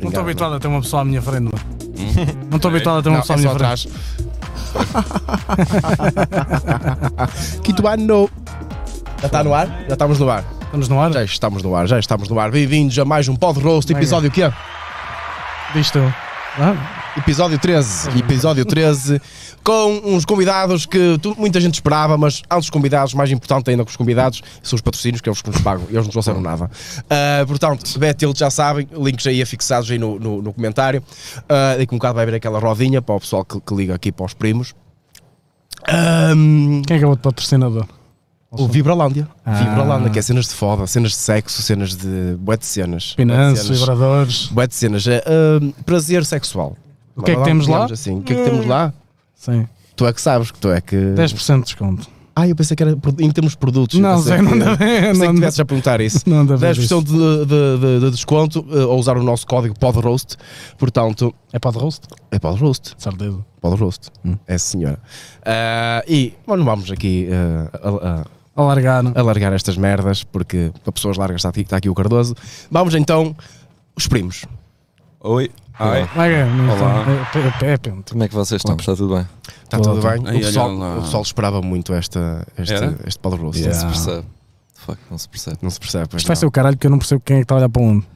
Não estou habituado a ter uma pessoa à minha frente, mano. Não estou habituado a ter uma Não, pessoa é à só minha frente. atrás. Kituano. Já está no ar? Já estamos no ar. Estamos no ar? Já estamos no ar, já estamos no ar. Bem-vindos a mais um Pod Roast, Venga. episódio é o quê? Diz tu. Ah, Episódio Uhum. 13. Episódio 13, com uns convidados que tu- muita gente esperava, mas antes dos convidados, mais importante ainda que os convidados, são os patrocínios que eles nos pagam, eles não trouxeram Uhum. nada. Ah, portanto, Bet, eles já sabem, links aí afixados aí no, no, no comentário. Ah, daqui a um bocado vai haver aquela rodinha para o pessoal que, que liga aqui para os primos. Ahm, Quem é que é o outro patrocinador? O Vibralândia. Ah. Vibralândia, que é cenas de foda, cenas de sexo, cenas de. bué de cenas. Bué Finanças, de cenas. vibradores. Bué de cenas. É, hum, prazer sexual. O que é que temos lá? Digamos assim. O que é que temos lá? Sim. Tu é que sabes que tu é que. 10% de desconto. Ah, eu pensei que era pro- em termos de produtos. Não, Eu pensei Zé, não que... dá bem. Pensei que Não dá tivesses a perguntar isso. não dá bem. 10% disso. de, de- de- de desconto eh, ao usar o nosso código PODROAST. Portanto, É para de rosto? é PODROAST. Certeza. Pode rosto, essa hum, é senhora. Ah, e mas não vamos aqui ah, a- a- Alargaram. alargar estas merdas, porque para pessoas largas está aqui, está aqui o Cardoso. Vamos então, os primos. Oi. Ai. Vai ganhar. Olá. É, é, é pente. Como é que vocês estão? Está tudo bem? Está tudo Ótimo. bem? Ai, O pessoal, olha lá. o pessoal esperava muito esta, este, Era? este Paulo Rosso. Yeah. Não Ah. se percebe. De facto, não se percebe. Não se percebe. pois Isto vai ser não. o caralho que eu não percebo quem é que está a olhar para onde.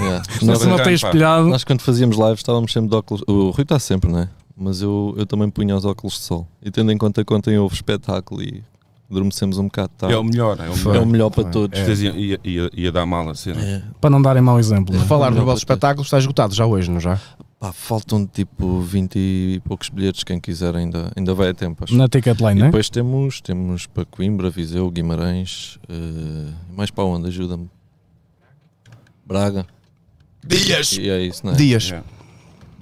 Yeah. Não, Nós, se não nós, tem pá. espelhado. nós quando fazíamos lives estávamos sempre de óculos. O Rui está sempre, não é? Mas eu, eu também punha os óculos de sol. E tendo em conta que ontem houve espetáculo e adormecemos um bocado tarde. É o melhor, é o É melhor. o melhor para todos. Vocês iam- ia, ia, ia dar mal a cena. É. Para não darem mau exemplo. né? Por Falar do Não, vosso puta. espetáculo está esgotado já hoje, não já? Pá, faltam tipo 20 e poucos bilhetes. Quem quiser ainda, ainda vai a tempo. acho. Na Ticketline, E não é? depois temos, temos para Coimbra, Viseu, Guimarães. eh, mais para onde? Ajuda-me. Braga. Dias! E é isso, não é? Dias. Yeah.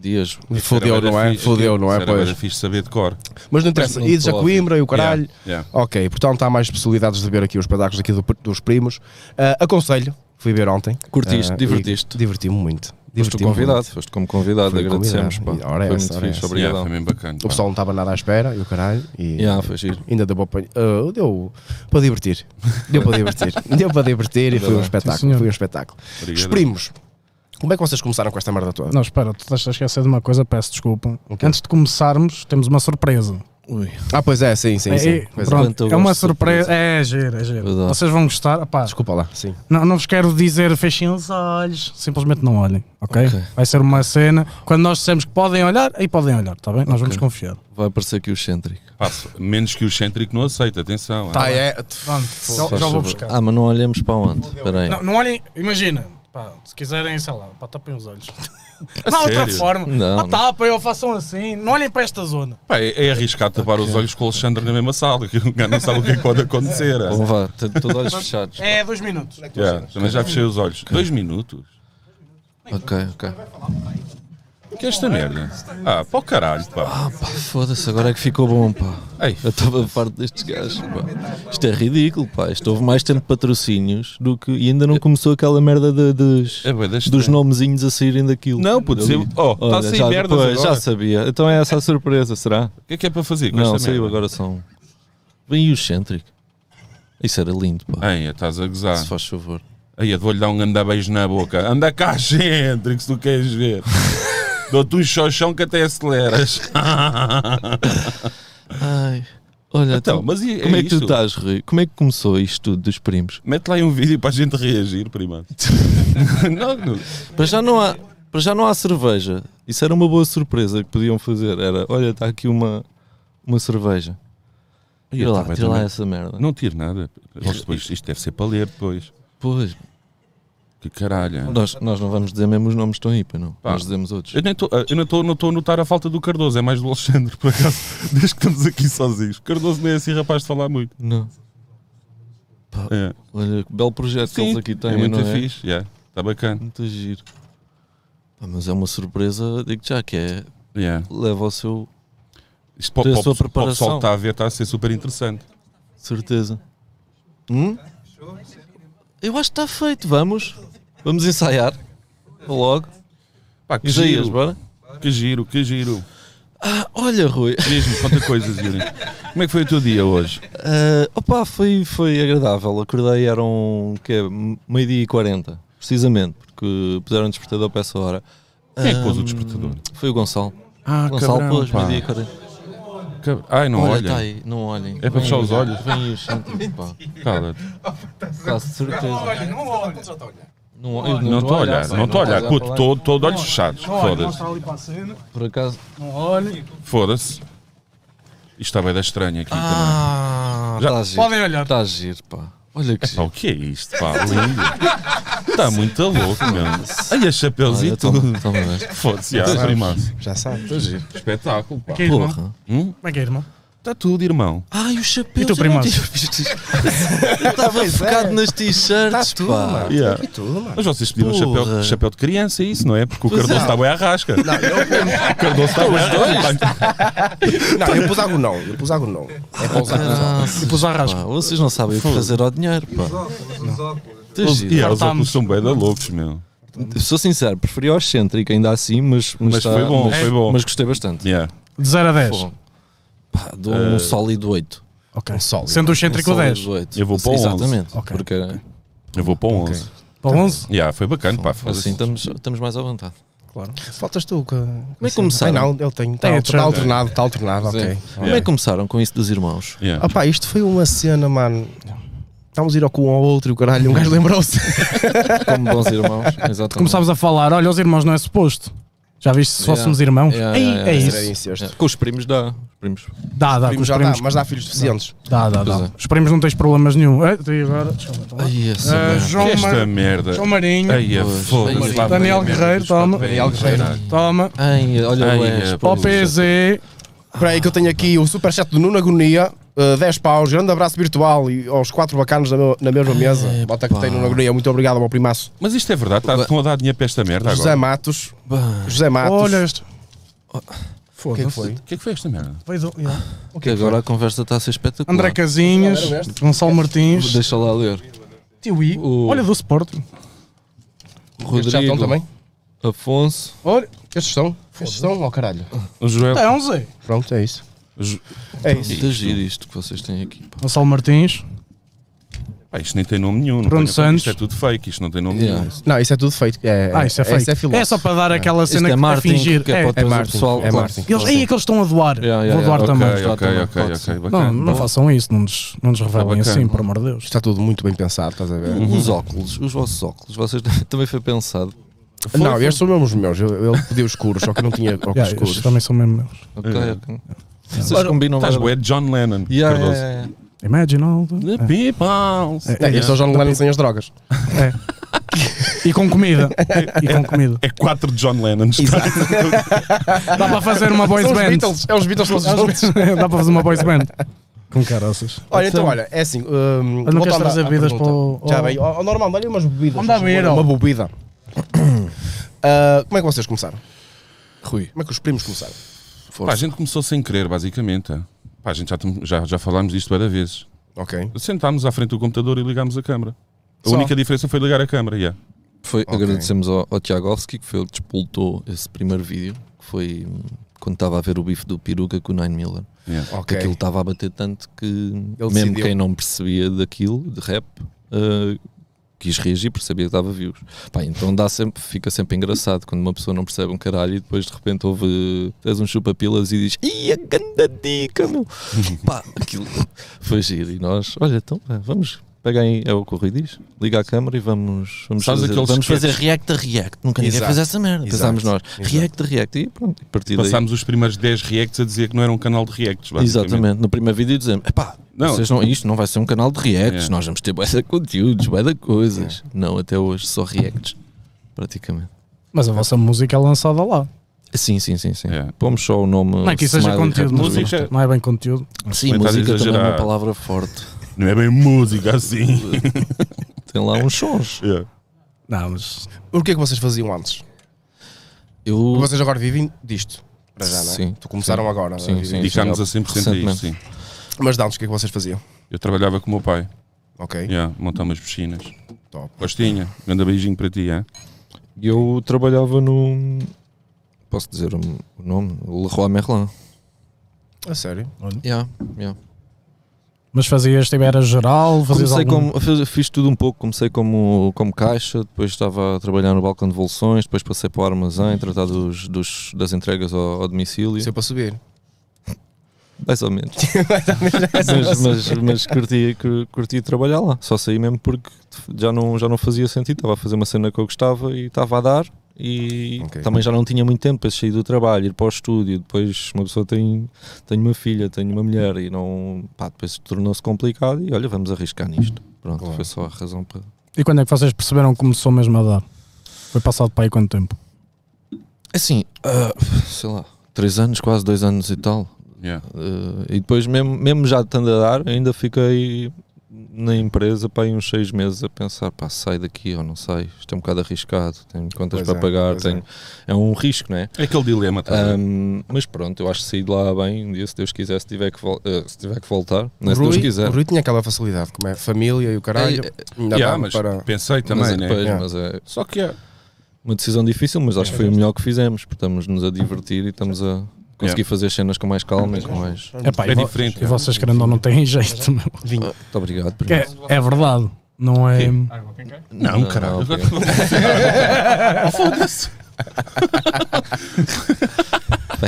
Dias. Fodeu, Era não é? fixe, Fodeu, não é? Era bem Pois. fixe saber de cor. Mas não interessa, Mas não ides a estou a Coimbra e o caralho. Yeah. Ok, portanto há mais possibilidades de ver aqui os espetáculos aqui do- dos primos. Ah, aconselho, fui ver ontem. Curtiste, Ah, divertiste. e Diverti-me muito. Foste Diverti-me convidado, muito. foste como convidado, Fui agradecemos. convidado. Pá. E ora é foi essa, muito ora é fixe, essa. obrigado. Yeah, foi mesmo bacana. O pessoal não estava nada à espera e o caralho. E, Yeah, foi giro. ainda deu para, ah, deu para divertir. Deu para divertir. deu para divertir e Ainda foi um bem. Sim, espetáculo. senhor. Foi um espetáculo. Os primos. Como é que vocês começaram com esta merda toda? Não, espera, tu estás a esquecer de uma coisa, peço desculpa. Ok. Antes de começarmos, temos uma surpresa. Ui, Ah, pois é, sim, sim, é, sim. é- Pois é. pronto, Quanto eu é uma gosto de surpresa. É, é giro, é giro. Adoro. Vocês vão gostar. Opá, Desculpa lá, sim. não, não vos quero dizer fechem os olhos, simplesmente não olhem, ok? Ok. Vai ser uma cena. Quando nós dissemos que podem olhar, aí podem olhar, está bem? Nós vamos confiar. vai aparecer aqui o Centric. Passo, menos que o Centric não aceita, atenção. Ah, Tá, é. Pronto, já, já vou buscar. Ah, mas não olhamos para onde? Espera aí. Não, não olhem, imagina. Pá, se quiserem, sei lá, pá, tapem os olhos. Não há outra sério? forma. Não, Ou não. tapem ou façam assim. Não olhem para esta zona. Pá, é, é arriscado tapar os olhos com o Alexandre na mesma sala, que o gajo não sabe o que é que pode acontecer. Bom, vá, t- todos olhos fechados. É dois minutos. Yeah, Também já fechei os olhos. Dois minutos? Ok, ok. Que é esta merda? Ah, para o caralho, pá. Ah, pá, foda-se, agora é que ficou bom, pá. Ei, Eu estava a parte destes gajos, pá. Isto é ridículo, pá. Isto houve mais tempo de patrocínios do que. E ainda não começou aquela merda de- dos. é bué deste- Dos nomezinhos a saírem daquilo. Não, putz, Ali. eu- oh, tá Olha, a sair já, merdas pois, agora. já sabia. Então é essa a surpresa, será? O que é que é para fazer com Não, esta saiu merda? agora só um. Vem aí o Centric. Isso era lindo, pá. Ei, estás a gozar. Se faz favor. Aí eu vou-lhe dar um grande beijo na boca. Anda cá, Centric, se tu queres ver. Dou-te um xoxão que até aceleras. Ai. Olha, Então, tu- mas e- como é, é que tu isto? estás, Rui? Como é que começou isto tudo dos primos? Mete lá aí um vídeo para a gente reagir, primeiro. não, não. Para já não há, para já não há cerveja. Isso era uma boa surpresa que podiam fazer. Era, olha, está aqui uma, uma cerveja. eu Tira lá, também- tira lá também- essa merda. Não tiro nada. Eles depois- isto deve ser para ler depois. Pois, Que caralho. nós, nós não vamos dizer mesmo os nomes que estão aí, para não. Pá. Nós dizemos outros. Eu nem tô- eu não estou não tô a notar a falta do Cardoso, é mais do Alexandre, por acaso. Desde que estamos aqui sozinhos. Cardoso nem é assim rapaz de falar muito. Não. É. Olha, que belo projeto que eles aqui têm, é muito não é? fixe. yeah. Está bacana. Muito giro. Pá, mas é uma surpresa, digo já, que é. Yeah. Leva ao seu. Isto para, Tem a para, sua o- para o preparação. pessoal que está a ver está a ser super interessante. Certeza. Hum? Eu acho que está feito, vamos. Vamos ensaiar. Logo. Pá, que Isaías, giro, bora? que giro, que giro. Ah, olha, Rui. Diz-me, conta coisas, Yuri. Como é que foi o teu dia hoje? Ah, opa, foi, foi agradável. Acordei, eram que é, um, meio-dia e 40. precisamente, porque puseram um despertador para essa hora. Quem é que pôs o Ahm, despertador? Foi o Gonçalo. Ah, Gonçalo cabrão, pôs, pá. meio-dia e quarenta. Cab- Ai, não Olha, olha. tá aí, não olhem. É para fechar os olhos? Vem aí o Santos, pá. Cala-te. Quase de certeza. não olha. Não eu Não estou a olhar, sei, não estou a olhar. para Puto, lá. estou de olhos fechados. Foda-se. ali para a cena. Por acaso. Não olhe. Foda-se. Isto está bem da estranha aqui também. Ah, Já- está a giro. Podem olhar. Está a giro, pá. Olha que Pá, giro. o que é isto, pá? Lindo. Está muito louco, mano. Olha, os chapéus e Olha, tudo. toma, toma, ver. Foda-se, já, primaço. Já sabes. Então, Espetáculo, pá. Que é, irmão? Porra. Hum? Como é que é, irmão? Está tudo, irmão. Ai, o chapéu. E tu, já primaço? não tive- Eu estava focado nas Tá Está t-shirts, Tá tudo, pá. mano. Yeah. Aqui tudo, mano. Mas vocês pediram chapéu, Porra. chapéu de criança, é isso, não é? Porque o Pois Cardoso é. está bem à rasca. Não, eu, O Cardoso está bem à rasca. não, eu pus algo não. Eu pus algo não. É para usar. Caraças, E pus à rasca. Ah, pá. Vocês não sabem o que fazer ao dinheiro, pá. Tá Os- giro. E os Fartámos. óculos são bem da loucos, meu. Sou sincero, preferi ao excêntrico ainda assim, mas, mas, Mas foi bom, mas, foi bom. mas gostei bastante. Yeah. De 0 a 10. Pô, pá, dou um sólido 8. Ok. Sendo o excêntrico um 10. sólido 8. Eu vou para o 11. Exatamente. Ok. Porque Eu vou para o 11. Para 11? Yeah, foi bacana, pá. foda-se. assim estamos, estamos mais à vontade. Claro. Faltas tu. Que... Como é que começaram? Não, eu tenho. Está Tem a tá t-shirt. alternado, está alternado, Sim. ok. Como é que começaram com isso dos irmãos? Yeah. Ah pá, isto foi uma cena, mano. Estávamos a ir ao cu um ao outro e o caralho, um gajo lembrou-se. Como bons irmãos? Exatamente. Começámos a falar, olha, os irmãos não é suposto. Já viste se Yeah. fôssemos irmãos? Yeah, Ei, yeah, é yeah. isso. Era incesto. É, Com os primos dá. Os primos. Dá, dá, com Primo os já primos. dá, mas dá filhos deficientes. Dá, dá, dá. Pois é. Os primos não tens problemas nenhum. Ei, e agora? Deixa eu ver, toma. Ai, é assim, essa Ah, merda. João, Que Esta Mar- merda. João Marinho. Ai, é Pois. foda-se. Daniel lá vem a merda Guerreiro, dos toma. papéis, Daniel Guerreiro. caralho. Toma. Ai, olha Ai, o é, Wes, Para pô. o PZ. Espera aí que eu tenho aqui o superchat do Nuno Agonia, eh, 10 paus, grande abraço virtual e aos quatro bacanos na, meu- na mesma mesa. Bota que tem Nuno Agonia, muito obrigado ao meu primaço. Mas isto é verdade, tá- estão a dar dinheiro para esta merda José agora. Matos, Bah, José Matos. Olha este. o que é que foi? O que é que foi esta merda? Pois, ó, yeah. que agora a conversa está a ser espetacular. André Casinhas, Gonçalo Martins, Deixa lá ler. Tiwi, O- olha do Sporting. Estes já estão Rodrigo também? Afonso. Olha, estes estão? Estes estão, oh caralho. O Joel. É 11. Pronto, é isso. Ju- É isso. Muito giro isto que vocês têm aqui. pá. Gonçalo Martins. Pá, isto nem tem nome nenhum. não Bruno tenho- pá, Isto é Santos. tudo fake, isto não tem nome Yeah. nenhum. Não, isso é tudo feito. É, Ah, Isso isso é é fake. É filósofo. só para dar aquela Isto cena é que é Martin, fingir. que é, para É. é trazer Martin, o pessoal. é claro. Martin. Eles, aí é que eles estão a doar. Yeah, yeah, Vou doar yeah, Ok, também. ok, também, ok, pode ok. ser. Não, Bacana. não façam isso, não nos, não nos revelem bacana. assim, por amor de Deus. Está tudo muito bem pensado, estás a ver? Uhum. Os óculos, os vossos óculos, vocês também foi pensado. Não, estes são mesmo os meus. Eu- Ele pediu escuros, só que eu não tinha óculos Yeah, escuros. estes também são mesmo meus. Ok, É. ok. Vocês combinam Estás bem. bué de John Lennon, Yeah, yeah, Cardoso. yeah, yeah. Imagine all the... The Peoples. É, É, este é o John Lennon sem as drogas. É. E com comida. E com comida. É quatro John Lennons. tá? é Dá para fazer uma boys São os band. Beatles, é os Beatles todos Dá juntos. para fazer uma boys band. Com caraças. Olha, então, olha, é assim. hum, Eu não quero voltando à- trazer à bebidas pergunta. para o- Já ao- bem, ao, ao normal, dá-lhe umas bebidas. Vamos dar por favor, beira. Uma bebida. Ah, como é que vocês começaram? Rui, Como é que os primos começaram? Pá, a gente começou sem querer, basicamente. é. Pá, a gente já, tem- já, já falámos disto várias vezes. Ok. Sentámos à frente do computador e ligámos a câmara. A Só? única diferença foi ligar a câmara, yeah. foi, Ok. agradecemos ao, ao Tiagovski que foi ele que despoltou esse primeiro vídeo, que foi hum, quando estava a ver o bife do peruca com o Nine Miller. yeah. que Ok. aquilo estava a bater tanto que mesmo decidiu. quem não percebia daquilo, de rap, eh, quis reagir porque sabia que estava views. Pá, então dá sempre, fica sempre engraçado quando uma pessoa não percebe um caralho e depois de repente ouve tens um chupa-pilas e diz Ih, a ganda dica, meu! Pá, aquilo foi giro e nós, olha, então pá, vamos. Pega aí, é o que o Rui diz, liga a câmara e vamos, vamos, Sabes fazer, aqueles vamos fazer sketches? react a react. Nunca ninguém Exato. fez essa merda. Exato. Pensámos nós, Exato. react a react e pronto, a partir daí. Passámos os primeiros 10 reacts a dizer que não era um canal de reacts, basicamente. Exatamente, no primeiro vídeo dizemos, epá, Não. vocês não, isto não vai ser um canal de reacts, É. nós vamos ter bué de conteúdos, bué de coisas. Não, até hoje só reacts, praticamente. Mas a vossa música é lançada lá. Sim, sim, sim, sim. É. Pomos só o nome. Não é que isso seja Smiley conteúdo, Rap mas música. isto não é bem conteúdo. Music. Mas estás a Sim, música também é exagerar. uma palavra forte. Não é bem música assim. Tem lá uns sons. Yeah. Não, mas O que é que vocês faziam antes? Eu. Vocês agora vivem disto. Para já, não é? Sim. Tu começaram agora. a Sim, viver. sim. Dedicámos a 100% a isto, Recentemente. sim. Mas dá-nos o que é que vocês faziam? Eu trabalhava com o meu pai, Ok. yeah, montar umas piscinas. Top. Costinha, grande beijinho para ti, é? Eu trabalhava no. Posso dizer o o nome? Leroy Merlin. A sério. Yeah, yeah. Mas fazias, tipo, era geral? Fazias Comecei algum... como, fiz, fiz tudo um pouco, comecei como, como caixa, depois estava a trabalhar no balcão de evoluções, depois passei para o armazém, tratar dos, dos- das entregas ao, ao domicílio, Isso é para subir. mais ou menos. mas, mas, mas curti, cur- curti trabalhar lá, só saí mesmo porque já não, já não fazia sentido, estava a fazer uma cena que eu gostava e estava a dar e Ok. também já não tinha muito tempo para sair do trabalho, ir para o estúdio, depois uma pessoa tem, tem uma filha, tem uma mulher e não, pá, depois tornou-se complicado e olha, vamos arriscar nisto. Pronto, Claro. foi só a razão para... E quando é que vocês perceberam que começou mesmo a dar? Foi passado para aí quanto tempo? Assim, ah, sei lá, três anos, quase dois anos e tal. Yeah. Ah, e depois, mesmo, mesmo já estando a dar, ainda fiquei na empresa para aí uns seis meses a pensar: pá, sai daqui ou não sai, isto é um bocado arriscado, tenho contas Pois para é, pagar, pois tenho, é. um risco, não é? É aquele dilema, tá? a ver? Ahm, mas pronto, eu acho que saí de lá bem. Um dia, se Deus quiser, se tiver que, vol- ah, se tiver que voltar, não é se Deus quiser. o Rui tinha aquela facilidade, como é família e o caralho. É, é, ainda Yeah, dava mas para... pensei também, mas, né? pois, Yeah. mas é Só que é. uma decisão difícil, mas acho que foi o melhor que fizemos, porque estamos-nos a divertir e estamos a conseguir fazer cenas com mais calma e com mais. Epá, É e vo- diferente, E é. vocês querendo ou não têm jeito, meu. Vinha. Muito obrigado. Que É, é verdade. Não é. Ah, Não, caralho. ok. Foda-se.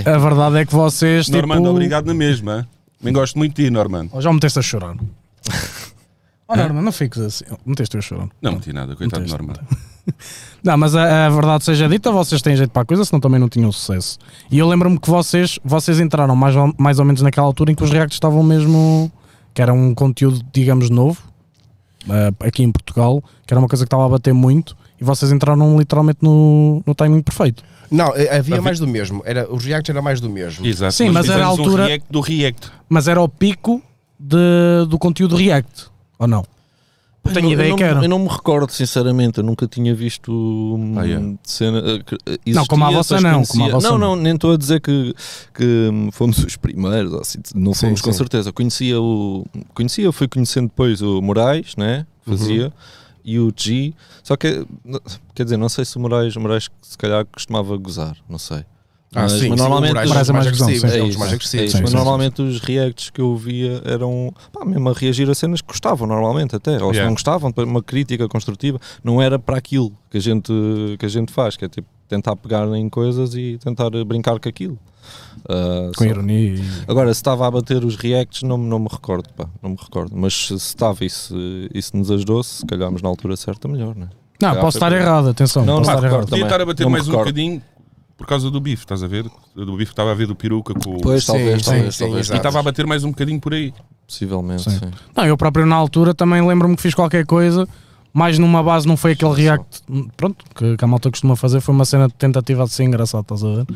A verdade é que vocês. Tipo, Normando, obrigado na mesma. hein? Me gosto muito de ti, Normando. Oh, já me meteste a chorar. Oh, Norman, não fiques assim. Meteste-te a chorar. Não meti nada, coitado de Não tens- Normando. Não, mas a, a verdade seja dita, vocês têm jeito para a coisa, senão também não tinham sucesso. E eu lembro-me que vocês, vocês entraram mais ou, mais ou menos naquela altura em que os reacts estavam mesmo. que era um conteúdo, digamos, novo, eh, aqui em Portugal, que era uma coisa que estava a bater muito, e vocês entraram literalmente no, no timing perfeito. Não, eh, havia Havia- mais do mesmo. Era, o React era mais do mesmo. Exato. Sim, mas era a fizemos um altura- react do React. Mas era o pico de- do conteúdo react, ou não? Pá, Tenho eu ideia não, que era. Eu não me recordo, sinceramente, eu nunca tinha visto hum, Ah, é. cena. uh, que, uh, Não, como a existia, vossa mas não, conhecia. como a vossa não, não. não, nem estou a dizer que, que hum, fomos os primeiros, ou assim, não Sim, fomos com sim. certeza. Conhecia o. Conhecia, fui conhecendo depois o Moraes, né? que Uhum. Fazia. E o G, só que n- quer dizer, não sei se o Moraes, o Moraes se calhar costumava gozar, não sei. Ah, sim, sim, o normalmente Moraes os- é Moraes é mais agressivo, agressivo, sim. é um dos isso, mais é agressivos. isso. sim, Mas sim, normalmente os reacts que eu via eram pá, mesmo a reagir a cenas que gostavam normalmente até, ou se Yeah. não gostavam, depois uma crítica construtiva, não era para aquilo que a gente, que a gente faz, que é tipo tentar pegar em coisas e tentar brincar com aquilo. Ah, Com só- ironia e. Agora, se estava a bater os reacts, não, me- não me recordo, pá, não me recordo. Mas se estava e se, e se nos ajudou, se calharmos na altura certa, melhor, né? Não, Já posso foi estar bem. errado, atenção. Não, posso não estar recordo. errado. Podia Também, estar a bater não me mais um recordo. bocadinho por causa do bife, estás a ver? Do bife que estava a ver do peruca com o. Pois, Sim, talvez, sim, talvez, sim, talvez. E exato. estava a bater mais um bocadinho por aí. Possivelmente, Sim. sim. Não, eu próprio na altura também lembro-me que fiz qualquer coisa, mas numa base não foi aquele react, pronto, que, que a malta costuma fazer, foi uma cena de tentativa de ser engraçado, estás a ver?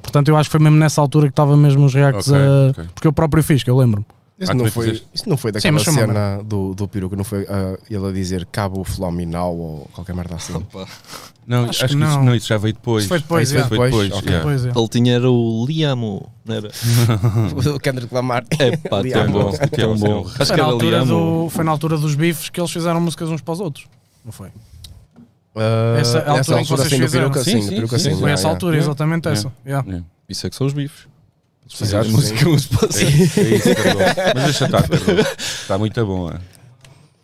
Portanto, eu acho que foi mesmo nessa altura que estava mesmo os reacts Ok, a. ok. Porque eu próprio fiz, que eu lembro-me. Isso Ah, não, também foi, fizeste. isso não foi Sim, daquela mas foi uma cena do, do peruca, não foi ah, ele a dizer cabo flominal ou qualquer merda assim. Não, Acho que acho, que isso, não. não, isso já veio depois. Isso foi depois, Ah, isso é. foi depois. Depois, yeah. Pois é. Ele tinha era o Liamo, não era? o Kendrick Lamar. É pá, tão Liamo. bom, tão bom. Acho Foi que na, era altura Liamo. do, foi na altura dos bifes que eles fizeram músicas uns para os outros. Não foi? Ah, Essa altura em que vocês sim, do fizeram. peruca, Sim, sim, do sim, peruca, sim, sim. foi já, essa já. altura, é, Yeah. exatamente Yeah. essa. Yeah. Yeah. Isso é que são os bifes. Exato, sim. música uns para os É, outros. é isso, perdão. Mas deixa estar, perdão. Está muito bom. é.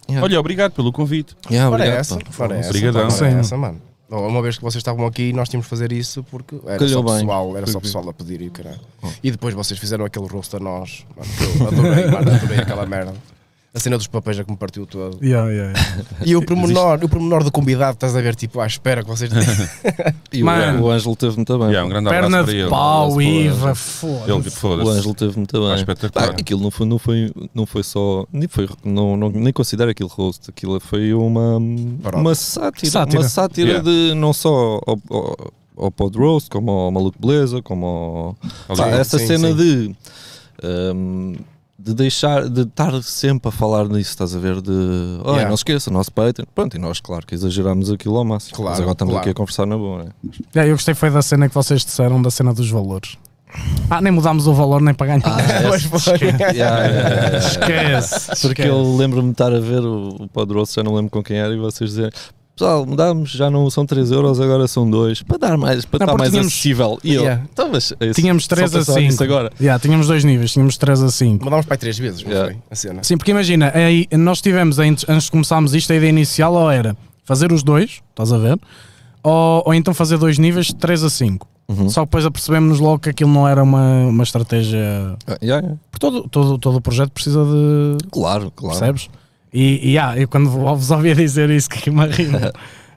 Yeah. Olha, obrigado pelo convite. Ah, Yeah, Ora obrigado, essa, pá. ora essa, Obrigadão. pá, ora Sim. essa, mano. Não, Uma vez que vocês estavam aqui, nós tínhamos de fazer isso porque era só Calhou bem. pessoal, era só pessoal a pedir e o caralho. E depois vocês fizeram aquele rosto a nós, mano, que eu adorei, mano, adorei aquela merda. A cena dos papéis já que me partiu todo. Yeah, yeah, yeah. E o pormenor, o pormenor do convidado, estás a ver, tipo, à espera que vocês. E o- Mano. o Ângelo teve muito bem. Yeah, um grande abraço Perna para de ele. pau, abraço para ele. Iva, Ele foda-se. tipo, O Ângelo foda-se. teve muito Pá, bem. espetacular. Pá, aquilo não foi, não foi, não foi só. Nem, foi, não, não- nem considero aquilo roast. Aquilo foi uma, Paródia. uma sátira. Sátira. Uma sátira Yeah. de não só ao, ao, ao Pod Roast, como ao Maluco Beleza, como ao. Sim, Pá, essa sim, cena sim. de. hum, de deixar, de estar sempre a falar nisso, estás a ver? De olha, Yeah. não se esqueça, o nosso Patreon. Pronto, e nós, claro, que exagerámos aquilo ao máximo. Claro, Mas agora estamos claro. aqui a conversar na boa, né? Yeah, eu gostei foi da cena que vocês disseram, da cena dos valores. Ah, nem mudámos o valor nem para ganhar. Pois foi. Yeah, yeah, yeah, yeah. Esquece. Porque esquece. eu lembro-me de estar a ver o, o Padroso, já não lembro com quem era, e vocês dizerem pessoal, mudámos, já não são 3 euros, agora são 2, para dar mais, para Não, estar porque mais tínhamos- acessível. E eu, Yeah. então, mas, é isso, Tínhamos só 3 a pensava nisso 5. agora. Yeah, tínhamos dois níveis, tínhamos 3 a 5. Mandámos para aí três vezes, não Yeah. foi? A cena. Sim, porque imagina, é aí nós tivemos, antes, antes de começarmos isto, a ideia inicial ou era fazer os dois, estás a ver? Ou, ou então fazer dois níveis de 3 a 5. Uhum. Só que depois apercebemos logo que aquilo não era uma, uma estratégia. Ah, yeah, yeah. Porque todo, todo, todo o projeto precisa de. Claro, claro. Percebes? E, e ah, eu quando vos ouvia dizer isso, que me rio.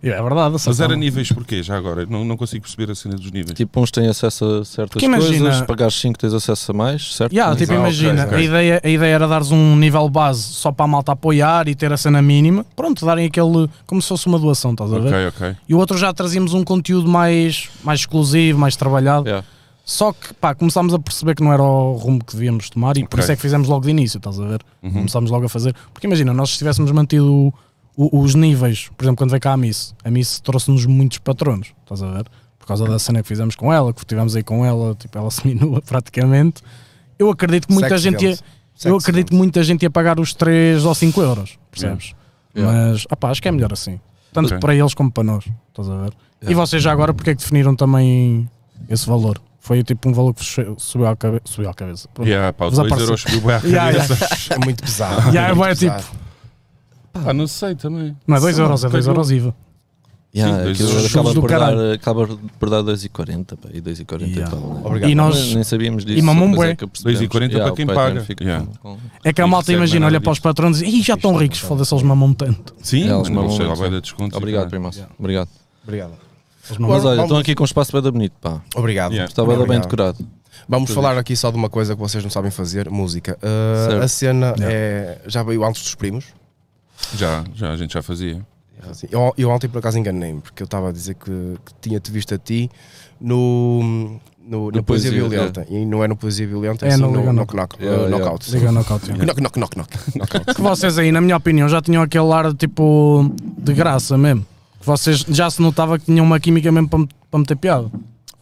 Eu, É verdade, só Mas que era não- níveis porquê, já agora? Não, não consigo perceber a cena dos níveis. Tipo, uns têm acesso a certas Porque imagina- coisas, pagares 5 tens acesso a mais, certo? Yeah, tipo, Ah, ok, imagina, ok. A, ideia, a ideia era dares um nível base só para a malta apoiar e ter a cena mínima. Pronto, darem aquele. como se fosse uma doação, estás a ver? ok, ok. Tipo, E o outro já trazíamos um conteúdo mais, mais exclusivo, mais trabalhado. Yeah. Só que, pá, começámos a perceber que não era o rumo que devíamos tomar e por Ok. isso é que fizemos logo de início, estás a ver? Uhum. Começámos logo a fazer. Porque imagina, nós se tivéssemos mantido o- o- os níveis, por exemplo, quando veio cá a Miss, a Miss trouxe-nos muitos patronos, estás a ver? Por causa da cena que fizemos com ela, que tivemos aí com ela, tipo, ela se minua praticamente. Eu acredito que muita Sexo gente ia, deles. eu Sexo acredito que deles. muita gente ia pagar os 3 ou 5 euros, percebes? Yeah. Mas, opá, acho que é melhor assim. Tanto Ok. para eles como para nós, estás a ver? Yeah. E vocês já agora, porque é que definiram também esse valor? Foi tipo um valor que vos che- subiu à, cabe subiu à cabeça. Pronto. Yeah, ah, pá, o Vos 2 apareceu. euros subiu bem à Yeah, cabeça. É muito pesado. Yeah, muito é tipo- pesado. Ah, não sei também. Não é 2 euros, é Sim, 2 euros IVA. Yeah, dois aquilo euros. acaba, Juros do por dar, caralho. acaba por dar 2,40 pá, e 2,40 Yeah. e tal. né? Obrigado. E Nem- nós, nem sabíamos disso. e mamão mas bué. é que percebemos. 2,40 para o quem Patreon paga. fica Yeah. com- com- é que a malta, Recebe imagina, nada olha para os disso. patrões e diz, "Ih, já estão ricos, foda-se, eles mamam tanto. Sim, Eles não mandam sei, lá muito, vai sim. dar desconto. Obrigado, primaço. Obrigado. Obrigado. Eles Mas mamam. olha, vamos- estão aqui com um espaço bem bonito, pá. Obrigado. Yeah. Está bem, bem Obrigado. decorado. Vamos falar aqui só de uma coisa que vocês não sabem fazer, música. Uh, Certo. a cena é, já veio antes dos primos. Já, já, a gente já fazia. Assim, Eu, eu ontem por acaso enganei-me, porque eu estava a dizer que, que tinha-te visto a ti no, no- na No Poesia, Poesia, Violenta. E não é no Poesia Violenta, é, É sim no no, Liga knock, knock, Yeah, uh, yeah. Knockout. Liga ao knockout. yeah. Knock, knock, knock, knock. knockout. Que vocês aí, na minha opinião, já tinham aquele ar tipo de graça mesmo. Que vocês já se notava que tinham uma química mesmo para, me- para meter piada.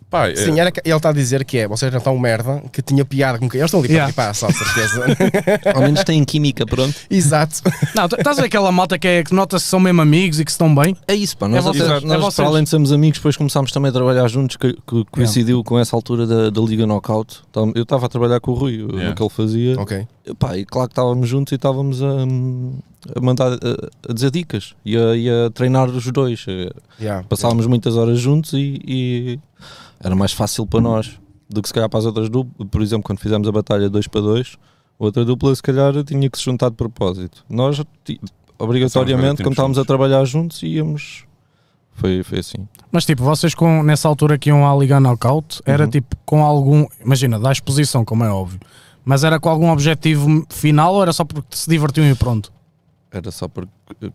Pá, é- Sim, era, que- ele está a dizer que é, vocês eram tão merda que tinha piada com quem. Eles estão ali Yeah. para ripar, só de certeza. Ao menos têm química, pronto. Exato. Não, tu- estás a ver aquela malta que, é, que nota-se que são mesmo amigos e que se estão bem? É isso, pá. Nós, vocês, até- é nós, vocês. para além de sermos amigos, depois começámos também a trabalhar juntos, que, que coincidiu com essa altura da, da Liga Knockout. Então, eu estava a trabalhar com o Rui, Yeah. o que ele fazia. ok. E, Pá, e claro que estávamos juntos e estávamos a, a mandar, a, a dizer dicas e a, e a treinar os dois. Yeah. Passávamos muitas horas juntos e, e era mais fácil para nós do que se calhar para as outras duplas. Por exemplo, quando fizemos a batalha 2 para 2, outra dupla se calhar tinha que se juntar de propósito. Nós, ti- Estávamos obrigatoriamente, quando estávamos a juntos. trabalhar juntos, íamos. Foi, foi assim. Mas tipo, vocês com, nessa altura que iam à Liga Knockout, era Uhum. tipo com algum, imagina, da exposição, como é óbvio, mas era com algum objetivo final ou era só porque se divertiam e pronto? Era só porque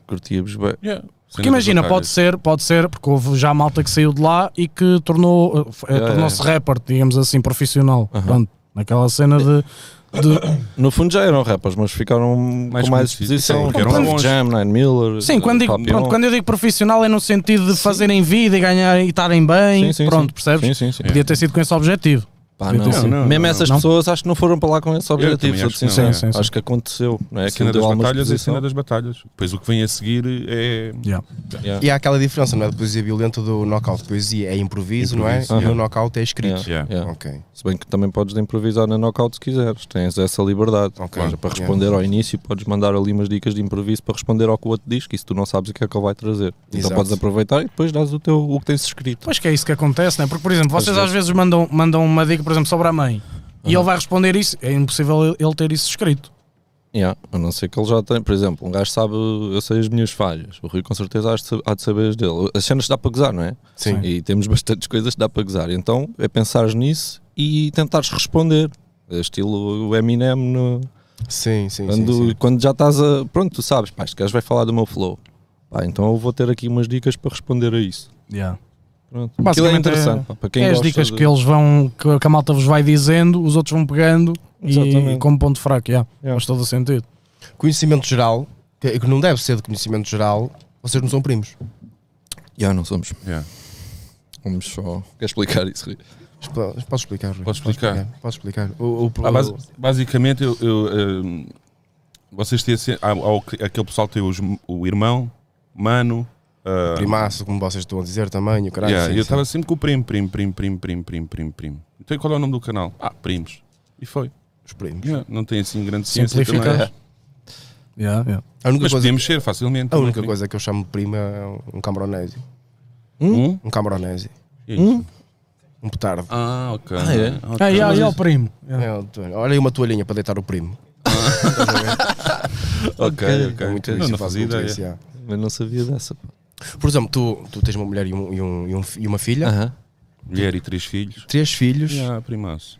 curtíamos bem. yeah, Porque imagina, pode ser, pode ser, porque houve já malta que saiu de lá e que tornou, eh, f- eh, Yeah, tornou-se rapper, digamos assim, profissional. Pronto, naquela cena de. de- No fundo já eram rappers, mas ficaram Mais com mais conhecidos. exposição. Sim, Tipo, eram Pearl bons. Jam, Nine Miller. eh, Sim, quando digo, Papião. pronto, quando eu digo profissional é no sentido de fazerem vida e ganharem e estarem bem, Sim, sim, pronto, sim. percebes? Sim, sim, sim. Podia ter sido com esse objetivo. Pá, Podia não. ter sido. É. Não, não, Mesmo não, essas não. pessoas acho que não foram para lá com assim, esse objetivo. também sou acho que não, sincero. é. Sim, sim, sim. Acho que aconteceu. Não é? A cena Aquilo das deu alguma batalhas é a cena exposição. das batalhas. Depois o que vem a seguir é. Yeah. um- E há aquela diferença, não é? De poesia violenta do knockout. Poesia é improviso, não é? Improviso. E o knockout é escrito. Yeah, Yeah. yeah. Ok. Se bem que também podes improvisar na knockout se quiseres, tens essa liberdade. Ok. Ou seja, para Yeah. responder ao início, podes mandar ali umas dicas de improviso para responder ao que o outro diz, que isso tu não sabes o que é que ele vai trazer. Exato. Então podes aproveitar e depois dás o, teu, o que tens escrito. Pois que é isso que acontece, né? Porque, por exemplo, vocês vezes. às vezes mandam, mandam uma dica, por exemplo, sobre a mãe e ele vai responder isso, é impossível ele- ele ter isso escrito. Yeah, a não ser que ele já tem, por exemplo, um gajo sabe, eu sei as minhas falhas, o Rui com certeza há de sa- há de saber as dele. As cenas dá para gozar, não é? Sim. E temos bastantes coisas que dá para gozar. Então é pensares nisso e tentares responder. É Estilo o Eminem no, Sim, sim, sim. quando, sim. quando já estás a. Pronto, tu sabes, pá, este gajo vai falar do meu flow. Pá, então eu vou ter aqui umas dicas para responder a isso. Pronto. Aquilo é Basicamente é- interessante. pá, para quem é as gosta dicas de- que eles vão, que que a malta vos vai dizendo, os outros vão pegando Exatamente. e como ponto fraco, yeah. Yeah. faz todo o sentido. Conhecimento geral, que, que não deve ser de conhecimento geral, vocês não são primos. Já, não somos. Yeah. Vamos só. Quer explicar isso, Rui? Expla- Posso explicar, Rui? Posso explicar? Posso explicar. O, o, Ah, basi- o- basicamente, eu, eu, ehm, assim, vocês têm a cena- há- há o- aquele pessoal que tem os- o irmão, mano, Ah, Primaço, como vocês estão a dizer também, o caralho. yeah, sim, sim. eu estava sempre com o primo, primo, primo, primo, primo, primo, primo, primo. Então e qual é o nome do canal? Ah, primos. E foi. Os primos. Yeah, não tem assim grande ciência também. Simplifica. Yeah, yeah. A única, Mas coisa, podíamos ser a facilmente. também, única sim. coisa que eu chamo de primo é um camaronésio. Hum? Um camaronésio. Hum? Um petardo. Ah, ok. Ah, é? Ok. Ah, e aí, ó, o primo. Yeah. É, eu tô- olha aí uma toalhinha para deitar o primo. Ok, É muito ok. isso, Não, não eu faço fazia muito ideia. isso, yeah. Mas não sabia dessa. pá. Por exemplo, tu, tu tens uma mulher e, um- e um- e um fi- e uma filha, Aham. Mulher e três filhos. três filhos. Ah, primaço.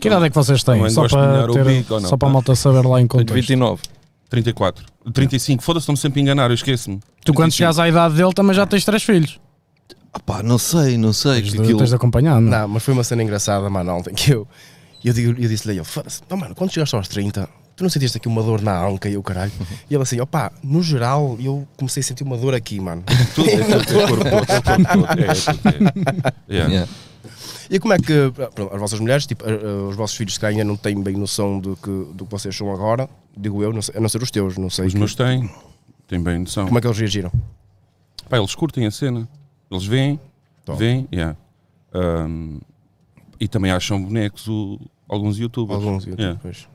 Que idade é que vocês têm? Também só gosto de para, olhar o ter, bico, ou não? só para a malta saber lá em De contexto. 29. 34. 35. Foda-se, estou-me sempre a enganar, eu esqueço-me. Tu quando 35. chegares à idade dele também já tens três filhos. Ah pá, não sei, não sei. Tens que de, aquilo- tens de acompanhar, não é? Não, mas foi uma cena engraçada, mano, ontem que eu, eu, digo, eu disse-lhe a ele, foda-se, "Não, mano, quando chegaste aos 30, tu não sentiste aqui uma dor na anca e o caralho? E ele assim, opá, no geral eu comecei a sentir uma dor aqui, mano. Tudo, é tudo, é corpo, é corpo, todo, é tudo, é. Yeah. Yeah. E como é que pronto, as vossas mulheres, tipo, eh, eh, os vossos filhos que ainda não têm bem noção do que, do que vocês são agora, digo eu, não sei- a não ser os teus, não sei. Os que- meus têm. Têm bem noção. Como é que eles reagiram? Pá, eles curtem a cena. Eles vêm, Top. vêm, yeah. Ahm, e também acham bonecos o- alguns youtubers. Alguns, eu, Yeah. pois.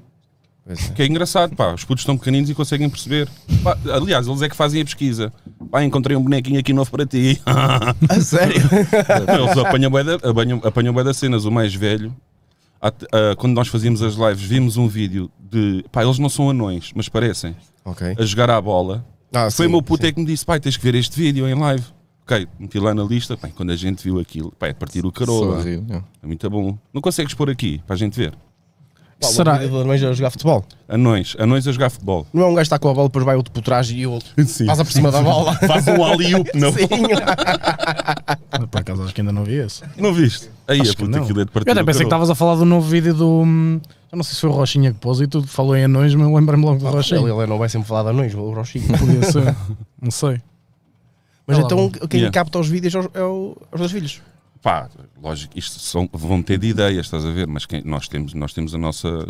Pois é. Que é engraçado, pá. Os putos estão pequeninos e conseguem perceber. Pá, aliás, eles é que fazem a pesquisa. Pá, encontrei um bonequinho aqui novo para ti. A sério? Eles apanham bué da- apanham, apanham bué das cenas. O mais velho, at- ah, quando nós fazíamos as lives, vimos um vídeo de. Pá, eles não são anões, mas parecem. ok. A jogar à bola. Ah, Foi sim, o meu puto sim. é que me disse: pai, tens que ver este vídeo em live. Ok, meti lá na lista. Bem, quando a gente viu aquilo, pá, é de partir o carola. Sorriu, yeah. É muito bom. Não consegues pôr aqui para a gente ver? Pá, o Será? apelido de Anões a jogar futebol. Anões, anões a jogar futebol. Não é um gajo que está com a bola, depois vai outro por trás e eu Sim. passa por cima da bola. Faz um alley-oop, não? Sim. Por acaso acho que ainda não vi esse. Não viste? Aí Acho a que puta não. aquilo é de partir Eu até o pensei que carola. estavas a falar do novo vídeo do. hum, Eu não sei se foi o Rochinha que pôs e tudo falou em anões, mas eu lembrei-me logo do Ele, Rochinha. ele não vai sempre falar de anões, o Rochinho. Podia ser. Não sei. Mas Olha lá, então quem Yeah. capta os vídeos é os, é o- os dois filhos. Pá, lógico, isto são, vão ter de ideias, estás a ver? Mas quem- nós, temos, nós temos, a nossa,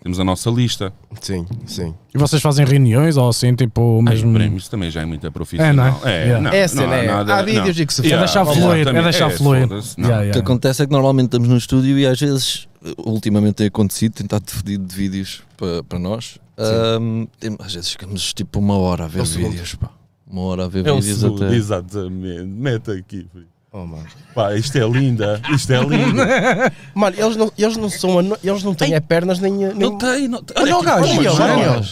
temos a nossa lista. Sim, sim. E vocês fazem reuniões ou assim, tipo, Mas mesmo. prémios isso também já é muita profissional. não é? Yeah. não, É a cena, não há é. nada- Há vídeos não. e que se fala. É deixar Exatamente. fluir, é deixar fluir. foda-se, não. Yeah, yeah. O que acontece é que normalmente estamos no estúdio e às vezes, ultimamente tem acontecido, tem estado fedido de vídeos para, para nós. Ahm, tem- às vezes ficamos tipo uma hora a ver Um segundo. vídeos, pá. Uma hora a ver É um vídeos segundo, até. exatamente. Mete aqui. filho. Oh, mano. Pá, isto é linda. Isto é linda. Mano, eles não, eles não são ano- eles não têm é pernas nem. nem... não tem, não tem. Olha o gajo, aqui, olha olha, ele, olha. olha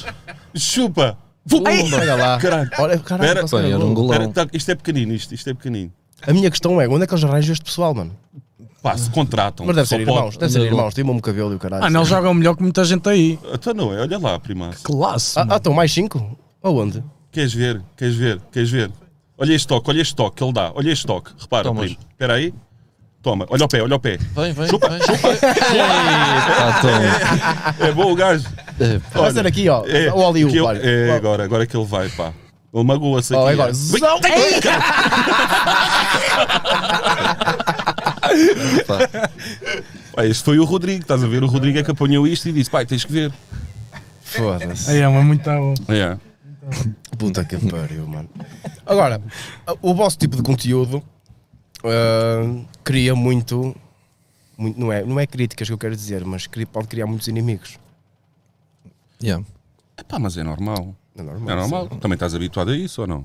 Chupa. Vum. Olha lá. Caralho. Olha, caralho, Pera, passa pá, na era boa. um gol. Espera, tá, isto é pequenino, isto, isto é pequenino. A minha questão é: onde é que eles arranjam este pessoal, mano? Pá, se contratam. Mas deve só ser pode- irmãos, deve ser irmãos, tem o mesmo cabelo e o caralho. Ah, não, eles jogam melhor que muita gente aí. Então não é, olha lá, prima. Classe. Ah, ah, estão mais cinco? Aonde? Queres ver? Queres ver? Queres ver? Olha este toque, olha este toque que ele dá. Olha este toque. Repara, Tomas. primo. Espera aí. Toma, olha o pé, olha o pé. Vem, vem, Chupa, vem. Eita, Tom. É bom o gajo. É, Vai ser aqui, ó. É, O Hollywood, que eu- olha. É, agora, agora que ele vai, pá. Ele magoa-se aqui. Ó, agora. é. Zão! pá. Pá, este foi o Rodrigo, estás a ver? O Rodrigo é que apanhou isto e disse, pai, tens que ver. Foda-se. Aí é uma muito bom. É. Puta que pariu, mano. Agora, o vosso tipo de conteúdo ah, cria muito, muito- não, é, não é críticas que eu quero dizer, mas cri- pode criar muitos inimigos. Yeah. É pá, mas é normal. É normal. É normal. Também estás habituado a isso ou não?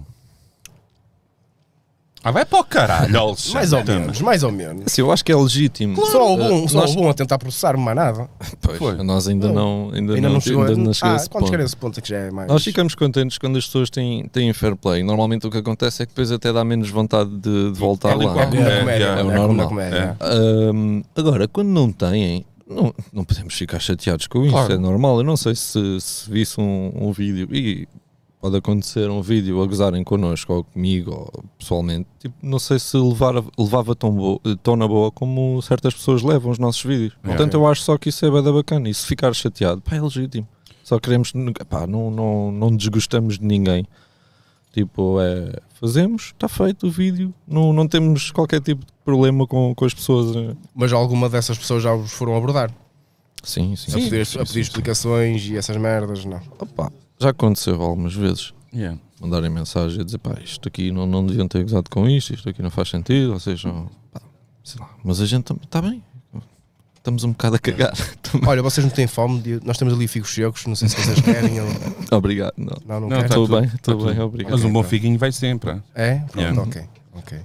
Ah, vai para o caralho, sim. Alexandre. Mais ou menos, mais ou menos. Assim, eu acho que é legítimo. Só houve um, Eh, só nós- houve um a tentar processar-me, mais nada. Pois, Foi. Nós ainda não, ainda, Ainda não, não chegou a- ainda não chegou a Ah, esse quando ponto. chegar a esse ponto é que já é mais. Nós ficamos contentes quando as pessoas têm, têm fair play. Normalmente o que acontece é que depois até dá menos vontade de, de voltar Tal e lá. qual. É como na É, comédia. é, é É o como na normal. comédia. Ahm, agora, quando não têm, não, não podemos ficar chateados com isso, Claro. é normal. Eu não sei se, se visse um, um vídeo e pode acontecer um vídeo a gozarem connosco ou comigo ou pessoalmente, tipo, não sei se levar, a- levava tão, bo- tão na boa como certas pessoas levam os nossos vídeos. Portanto, eu acho só que isso é bada bacana. E se ficar chateado, pá, é legítimo. Só queremos, nunca- pá, não, não, não desgostamos de ninguém. Tipo, é, fazemos, está feito o vídeo, não, não temos qualquer tipo de problema com, com as pessoas. eh. Mas alguma dessas pessoas já vos foram abordar Sim, sim. a pedir, a pedir explicações e essas merdas, não. Opa, já aconteceu algumas vezes. Yeah. mandarem mensagem a dizer pá, isto aqui não, não deviam ter gozado com isto, isto aqui não faz sentido, ou seja, Uhum. pá, sei lá. Mas a gente está bem, estamos um bocado a cagar. Uhum. Olha, vocês não têm fome, de- nós temos ali figos secos, não sei se vocês querem. eu- Obrigado, não. Não, não, Não, querem. tá Estou tudo, bem, tá estou tudo. bem, obrigado. Mas um bom figuinho vai sempre. ah. É? Pronto, Yeah. Uhum. ok. ok.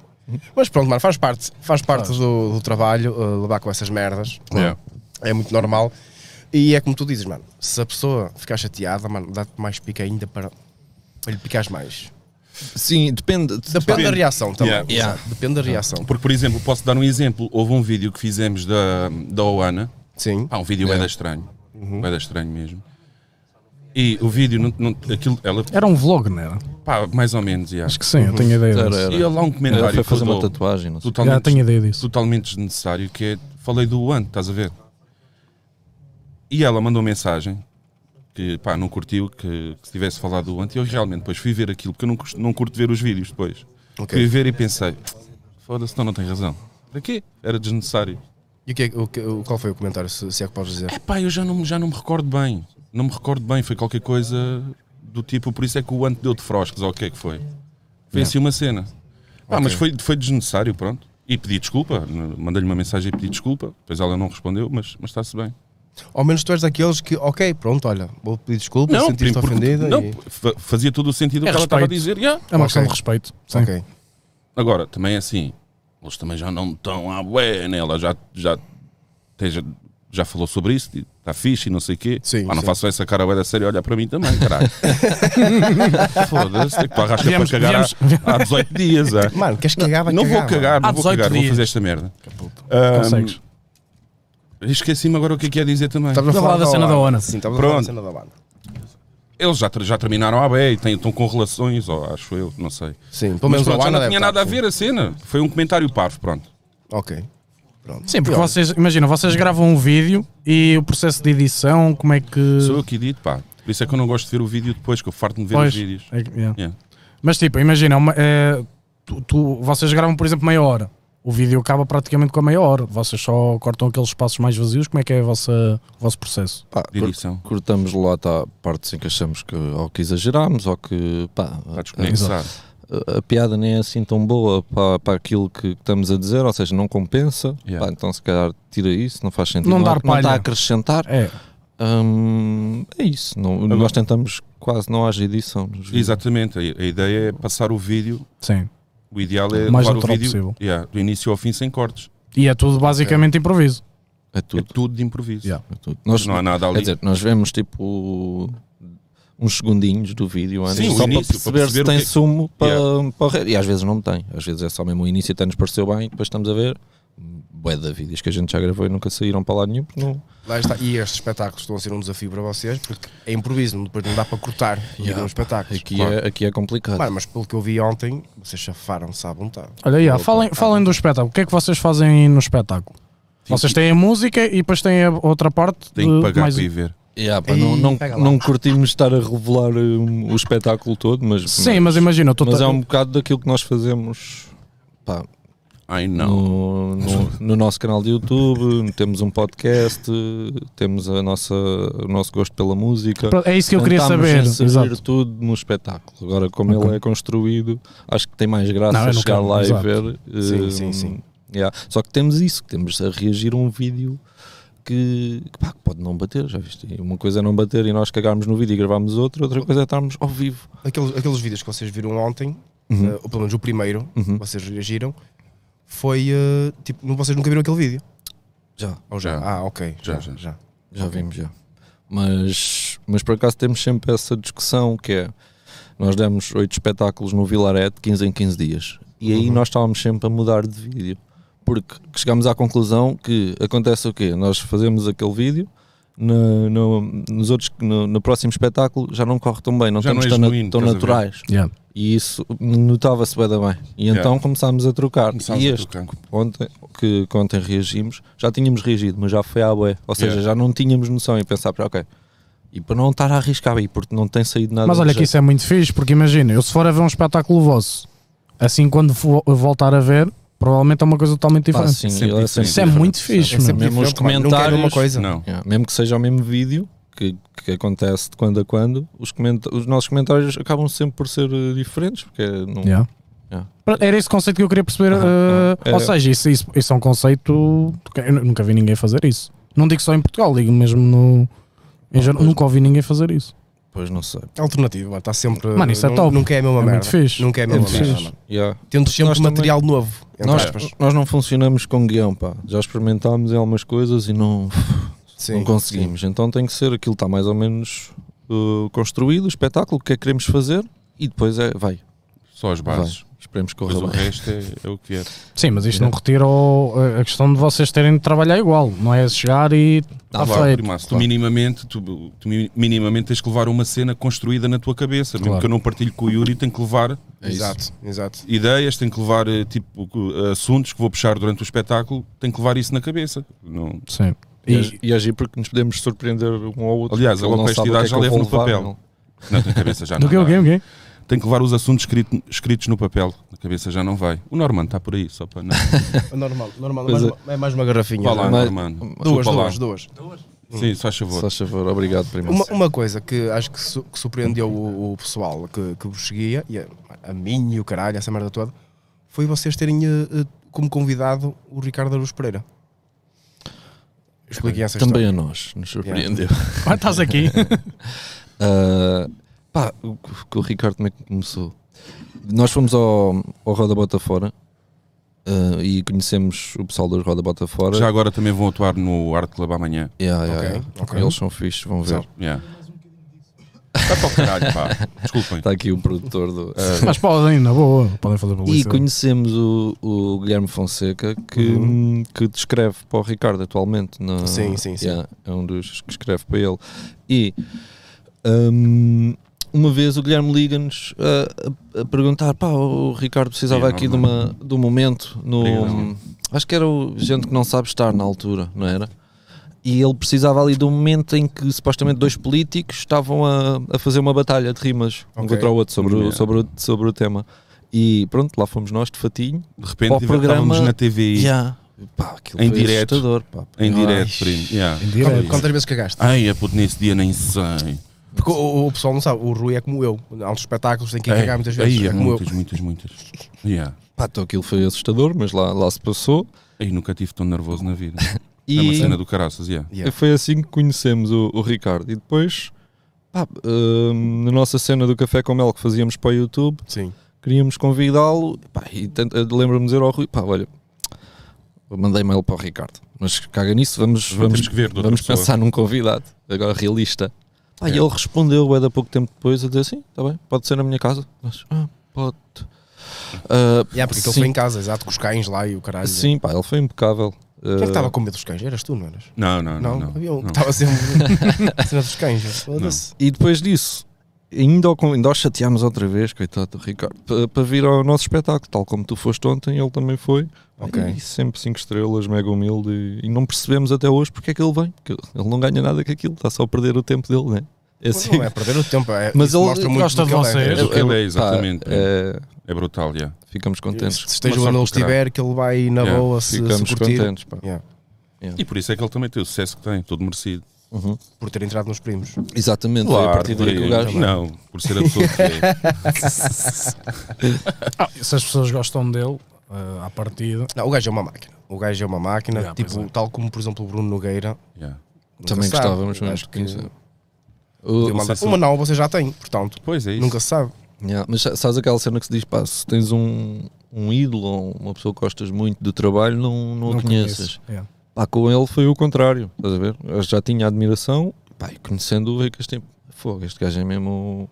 Mas pronto, mano, faz parte, faz parte do, do trabalho uh, levar com essas merdas. Yeah. É muito normal. E é como tu dizes, mano, se a pessoa ficar chateada, mano, dá-te mais pica ainda para, para lhe picares mais. Sim, depende. Depende, da reação também. Yeah. Yeah. Exato, Depende da reação. Porque, por exemplo, posso dar um exemplo. Houve um vídeo que fizemos da, da Oana. Sim. Pá, um vídeo é da estranho. Uhum. É da estranho mesmo. E o vídeo, não, não- aquilo, ela, Era um vlog, não era? pá, mais ou menos, yeah. Acho que sim, eu tenho ideia Era, disso. E há lá um Era, comentário foi fazer que eu uma dou tatuagem, não sei. Já totalmente, tenho ideia disso. totalmente desnecessário, que é, falei do ano, estás a ver? E ela mandou mensagem, que pá, não curtiu, que, que se tivesse falado do antes, eu realmente depois fui ver aquilo, porque eu não, cus- não curto ver os vídeos depois. Ok. Fui ver e pensei, foda-se, então não tem razão. Para quê? Era desnecessário. E o que é, o, que- o- qual foi o comentário, se, se é que podes dizer? É pá, eu já não, já não me recordo bem. Não me recordo bem, foi qualquer coisa do tipo, por isso é que o Ant deu de frosques, ou o que é que foi. Foi assim uma cena. Ah, mas foi, foi desnecessário, pronto. E pedi desculpa, n- mandei-lhe uma mensagem e pedi desculpa, depois ela não respondeu, mas, mas está-se bem. Ao menos tu és daqueles que, ok, pronto, olha, vou pedir desculpa, senti-te primo, porque- ofendida. não, e... fa- fazia todo o sentido o É que ela estava a respeito. dizer. yeah. É Ok. uma questão de respeito. Sim. Ok. Agora, também é assim, eles também já não estão à bué nela, já, já, tem- já, já falou sobre isso, está fixe e não sei o quê. Sim, Pá, não sim. faço essa cara bué da série, olha para mim também, caralho. Foda-se, é que tu arrasca Viemos- para cagar há, há 18 dias. ah. Mano, queres cagar? Vai Não vou mano. cagar, não Há vou 18 cagar, vou dias. fazer esta merda. Ah, Consegues. Esqueci-me agora o que é que ia dizer também. Estamos a Estava a falar da cena da ONU. Sim, estamos a falar da Pronto. cena da ONU. Eles já, ter- já terminaram a bem, têm- estão com relações, ou acho eu, não sei. Sim, pelo Mas menos a pronto, já ONU não deve tinha estar, nada a sim. ver a cena. Foi um comentário parvo, pronto. Ok. Pronto. Sim, porque Pior. vocês, imagina, vocês gravam um vídeo e o processo de edição, como é que. Sou eu que edito, pá. Por isso é que eu não gosto de ver o vídeo depois, que eu farto-me de ver Pois. os vídeos. tá É que- yeah. Yeah. Mas tipo, imagina, uma- é, tu, tu- vocês gravam, por exemplo, meia hora. O vídeo acaba praticamente com a meia hora. Vocês só cortam aqueles espaços mais vazios. Como é que é a vossa, o vosso processo? Pá, De edição. cortamos lá tá, partes em que achamos que ou que exagerámos ou que pá, Está desconectado. a, a piada nem é assim tão boa para, para aquilo que estamos a dizer, ou seja, não compensa. Yeah. Pá, então se calhar tira isso, não faz sentido. Não dar não está palha. a acrescentar. É, Hum, é isso. Não, nós tentamos quase não haja edição. nos vídeos. Exatamente. A, a ideia é passar o vídeo. sim. O ideal é O mais levar o natural vídeo possível. yeah, do início ao fim sem cortes. E é tudo basicamente improviso. É É tudo. tudo de improviso. Yeah. é tudo. Nós, Não há nada ali. Quer dizer, nós vemos tipo uns segundinhos do vídeo antes, Sim, o só início, para perceber, para perceber se o tem que é que- sumo para, para o resto. E às vezes não tem, às vezes é só mesmo o início até nos pareceu bem, depois estamos a ver. Bué de vídeos que a gente já gravou e nunca saíram para lá nenhum, porque não. Lá está. E estes espetáculos estão a ser um desafio para vocês porque é improviso, depois não dá para cortar yeah. os espetáculos. Aqui, Claro. é, aqui é complicado. Mano, mas pelo que eu vi ontem, vocês chafaram-se à vontade. Olha aí, ah, falem, falem do espetáculo. O que é que vocês fazem no espetáculo? Vocês têm a música e depois têm a outra parte. Tem que de pagar uh, mais um. para ir ver. Yeah, pá, não, Ei, não, pega lá. não curtimos estar a revelar hum, o espetáculo todo, mas, Sim, mas imagina, eu tô- tá mas é um bocado daquilo que nós fazemos pá, Ai Uh, não. no, no- no nosso canal de YouTube, temos um podcast, temos a nossa, o nosso gosto pela música. é isso que eu queria Tentámos saber. inserir Exato. tudo no espetáculo. Agora, como ele é construído, acho que tem mais graça Não, eu não chegar quero, lá exato. e ver. Sim, hum, sim, sim. yeah. Só que temos isso, que temos a reagir a um vídeo que, que, pá, que pode não bater, já viste? E Uma coisa é não bater e nós cagarmos no vídeo e gravarmos outro, outra coisa é estarmos ao vivo. Aqueles, aqueles vídeos que vocês viram ontem, eh, ou pelo menos o primeiro, vocês reagiram, foi eh, tipo, não- vocês nunca viram aquele vídeo. Já, Ou já? Já. Ah, ok. Já, já. já vimos, já. Mas, mas por acaso temos sempre essa discussão que é, nós demos oito espetáculos no Vilarete, 15 em 15 dias. E aí Uhum. nós estávamos sempre a mudar de vídeo. Porque chegámos à conclusão que acontece o quê? Nós fazemos aquele vídeo, na, no, nos outros, no, no próximo espetáculo já não corre tão bem, não Já estamos não é tão, na- genuíno, tão estás a ver? naturais. Yeah. E isso notava-se bem da bem. E Yeah. então começámos a trocar. Começámos e a este, trocar. que ontem, que, que ontem reagimos, já tínhamos reagido, mas já foi à boé. Ou seja, Yeah. já não tínhamos noção e pensar, ok, e para não estar a arriscar aí, porque não tem saído nada Mas do olha que jeito. isso é muito fixe, porque imagina, eu se for a ver um espetáculo vosso, assim quando vo- voltar a ver, provavelmente é uma coisa totalmente Pá, diferente. sim, Sempre ele é diferente. sempre Isso é diferente. muito fixe, Sempre meu. Mesmo os Não quero uma comentários- é coisa. Não. Yeah, Mesmo que seja o mesmo vídeo, que, que acontece de quando a quando, os, comenta- os nossos comentários acabam sempre por ser eh, diferentes, porque não, Yeah. Yeah. Pronto, Era esse conceito que eu queria perceber. É. Aham, eh, aham. Ou Era- seja, isso, isso, isso é um conceito. que Eu nu- nunca vi ninguém fazer isso. Não digo só em Portugal, digo mesmo no. em geral, nunca ouvi ninguém fazer isso. pois não sei. É Alternativo, mano, está sempre. Mano, isso é nu- top. Nunca é a mesma É muito merda. fixe. Nunca é a É mesma muito merda. fixe. mano. Yeah. Tento sempre um Nós também- material novo. Entre Nós, aspas. nós não funcionamos com guião, pá. Já experimentámos em algumas coisas e não, Sim, não conseguimos. Então tem que ser aquilo está mais ou menos eh, construído, o espetáculo, o que é que queremos fazer e depois é, vai, Só as vai. bases. Esperemos que Mas corra o bem. resto é, é o que é. Sim, mas isto não retira o- a- a questão de vocês terem de trabalhar igual. Não é chegar e. Está Claro, feito. primaço, tu, claro. minimamente, tu, tu mi- minimamente tens que levar uma cena construída na tua cabeça. Mesmo Claro. que eu não partilho com o Yuri, tenho que levar sim. Exato, exato. ideias, tenho que levar eh, tipo, cu- assuntos que vou puxar durante o espetáculo, tenho que levar isso na cabeça. Não- Sim. E, E, agi- e agir porque nos podemos surpreender um ao outro. Aliás, Ele a não sabe o que é honestidade que já eu leva vou no levar, papel. não. na tua cabeça já do não que o dá. game, game? Tenho que levar os assuntos escrito- escritos no papel, na cabeça já não vai. O Norman está por aí, só para não. Normal, normal. Mais Pois é. uma- é mais uma garrafinha. Vá lá, Não é? Mas- Norman. Duas, Desculpa lá. duas, duas. Sim, se faz Se favor. faz favor, obrigado, primeiro. Uma, uma coisa que acho que, su- que surpreendeu o, o pessoal que, que vos seguia, e a, a mim e o caralho, essa merda toda, foi vocês terem eh, eh, como convidado o Ricardo Aruz Pereira. Expliquem essa Também a nós, nos surpreendeu. Ah, estás aqui. Ah, pá, o que- que o Ricardo como é que começou? Nós fomos ao, ao Roda Bota Fora ah, e conhecemos o pessoal do Roda Bota Fora. Já agora também vão atuar no Art Club amanhã. Yeah, yeah, Ok, yeah. ok. Eles são fixos, vão ver. Yeah. Vai para o caralho, pá. Desculpem. Tá. Está aqui o produtor do. ah, mas podem, na boa. Podem fazer E publicidade. conhecemos o, o Guilherme Fonseca que, que descreve para o Ricardo atualmente. Na, Uhum. Sim, sim, sim. Yeah, é um dos que escreve para ele. E hum, uma vez o Guilherme liga-nos a, a- a perguntar: pá, o Ricardo precisava É, aqui de, normal. uma, de um momento. No, Obrigado. acho que era o gente que não sabe estar na altura, não era? E ele precisava ali de um momento em que supostamente dois políticos estavam a, a fazer uma batalha de rimas um Ok. contra o outro sobre, o, Yeah. sobre, o, sobre o tema. E pronto, lá fomos nós de fatinho. De Para o repente tive- programa- estávamos na TV Yeah. Pá, aquilo Em foi direto. assustador, pá. em Ai, direto, primo. Yeah. Em direto. Quantas vezes cagaste? Ah, Ai, é puto, nesse dia nem sei. Porque o- o, o pessoal não sabe, o Rui é como eu. Há uns espetáculos tem que Ai, cagar muitas vezes. ai, é é como eu. muitas, muitas, muitas. Yeah. Pá, então aquilo foi assustador, mas lá, lá se passou. Ai, nunca estive tão nervoso na vida. É uma E cena do caraças, yeah. Yeah. foi assim que conhecemos o, o Ricardo. E depois, pá, hum, na nossa cena do Café com Mel que fazíamos para o YouTube, Sim. queríamos convidá-lo. pá, E tent- eu lembro-me de dizer ao Rui: pá, olha, eu mandei mail para o Ricardo, mas caga nisso, Vamos, vamos, vamos, temos que ver de outra vamos pessoa. pensar num convidado, agora realista. Pá, E ele respondeu, é da pouco tempo depois, a dizer assim: está bem, pode ser na minha casa. Nós, ah, pode. Ah, Yeah, porque aquilo sim, foi em casa, exato, com os cães lá e o caralho. Sim, pá, ele foi impecável. Quem é que Ah, estava com medo dos cães? Eras tu, não eras? Não, não, Ah, não. não, havia um que não. estava sempre. a cena dos cães. Foda-se. E depois disso, ainda o, con- ainda o chateámos outra vez, coitado do Ricardo, para vir ao nosso espetáculo, tal como tu foste ontem, ele também foi. Ok. E sempre 5 estrelas, mega humilde. E, e não percebemos até hoje porque é que ele vem. Porque ele não ganha nada com aquilo, está só a perder o tempo dele, né? É assim. Não é perder o tempo, é. Mas isso ele mostra muito gosta do que ele de é. vocês. É do que ele é, Pá, exatamente. é, É brutal, yeah. ficamos contentes. Se esteja Uma onde ele sorte do estiver, que ele vai na Yeah, boa se, se Ficamos curtir contentes, pá. Yeah, E por isso é que ele também tem o sucesso que tem, todo merecido. Uhum. por ter entrado nos primos. Exatamente, foi a partir daí que o gajo. não, por ser a pessoa que é. Ah, se as pessoas gostam dele, eh, à partida. Não, o gajo é uma máquina. O gajo é uma máquina, Yeah, tipo, pois é. tal como por exemplo o Bruno Nogueira. Yeah. Nunca Também se sabe. O gostávamos, mas gajo que- quem sabe. Tem O- uma, Vocês são- uma não, você já tem, portanto, Pois é isso. nunca se sabe. Yeah, mas sa- sabes aquela cena que se diz, pá, se tens um, um ídolo, ou uma pessoa que gostas muito do trabalho, não, não, Não o conheças. conheço. é. Yeah. Pá, com ele foi o contrário, estás a ver? Eu já tinha admiração, pá, e conhecendo o Ricas tempo, fogo, este gajo é mesmo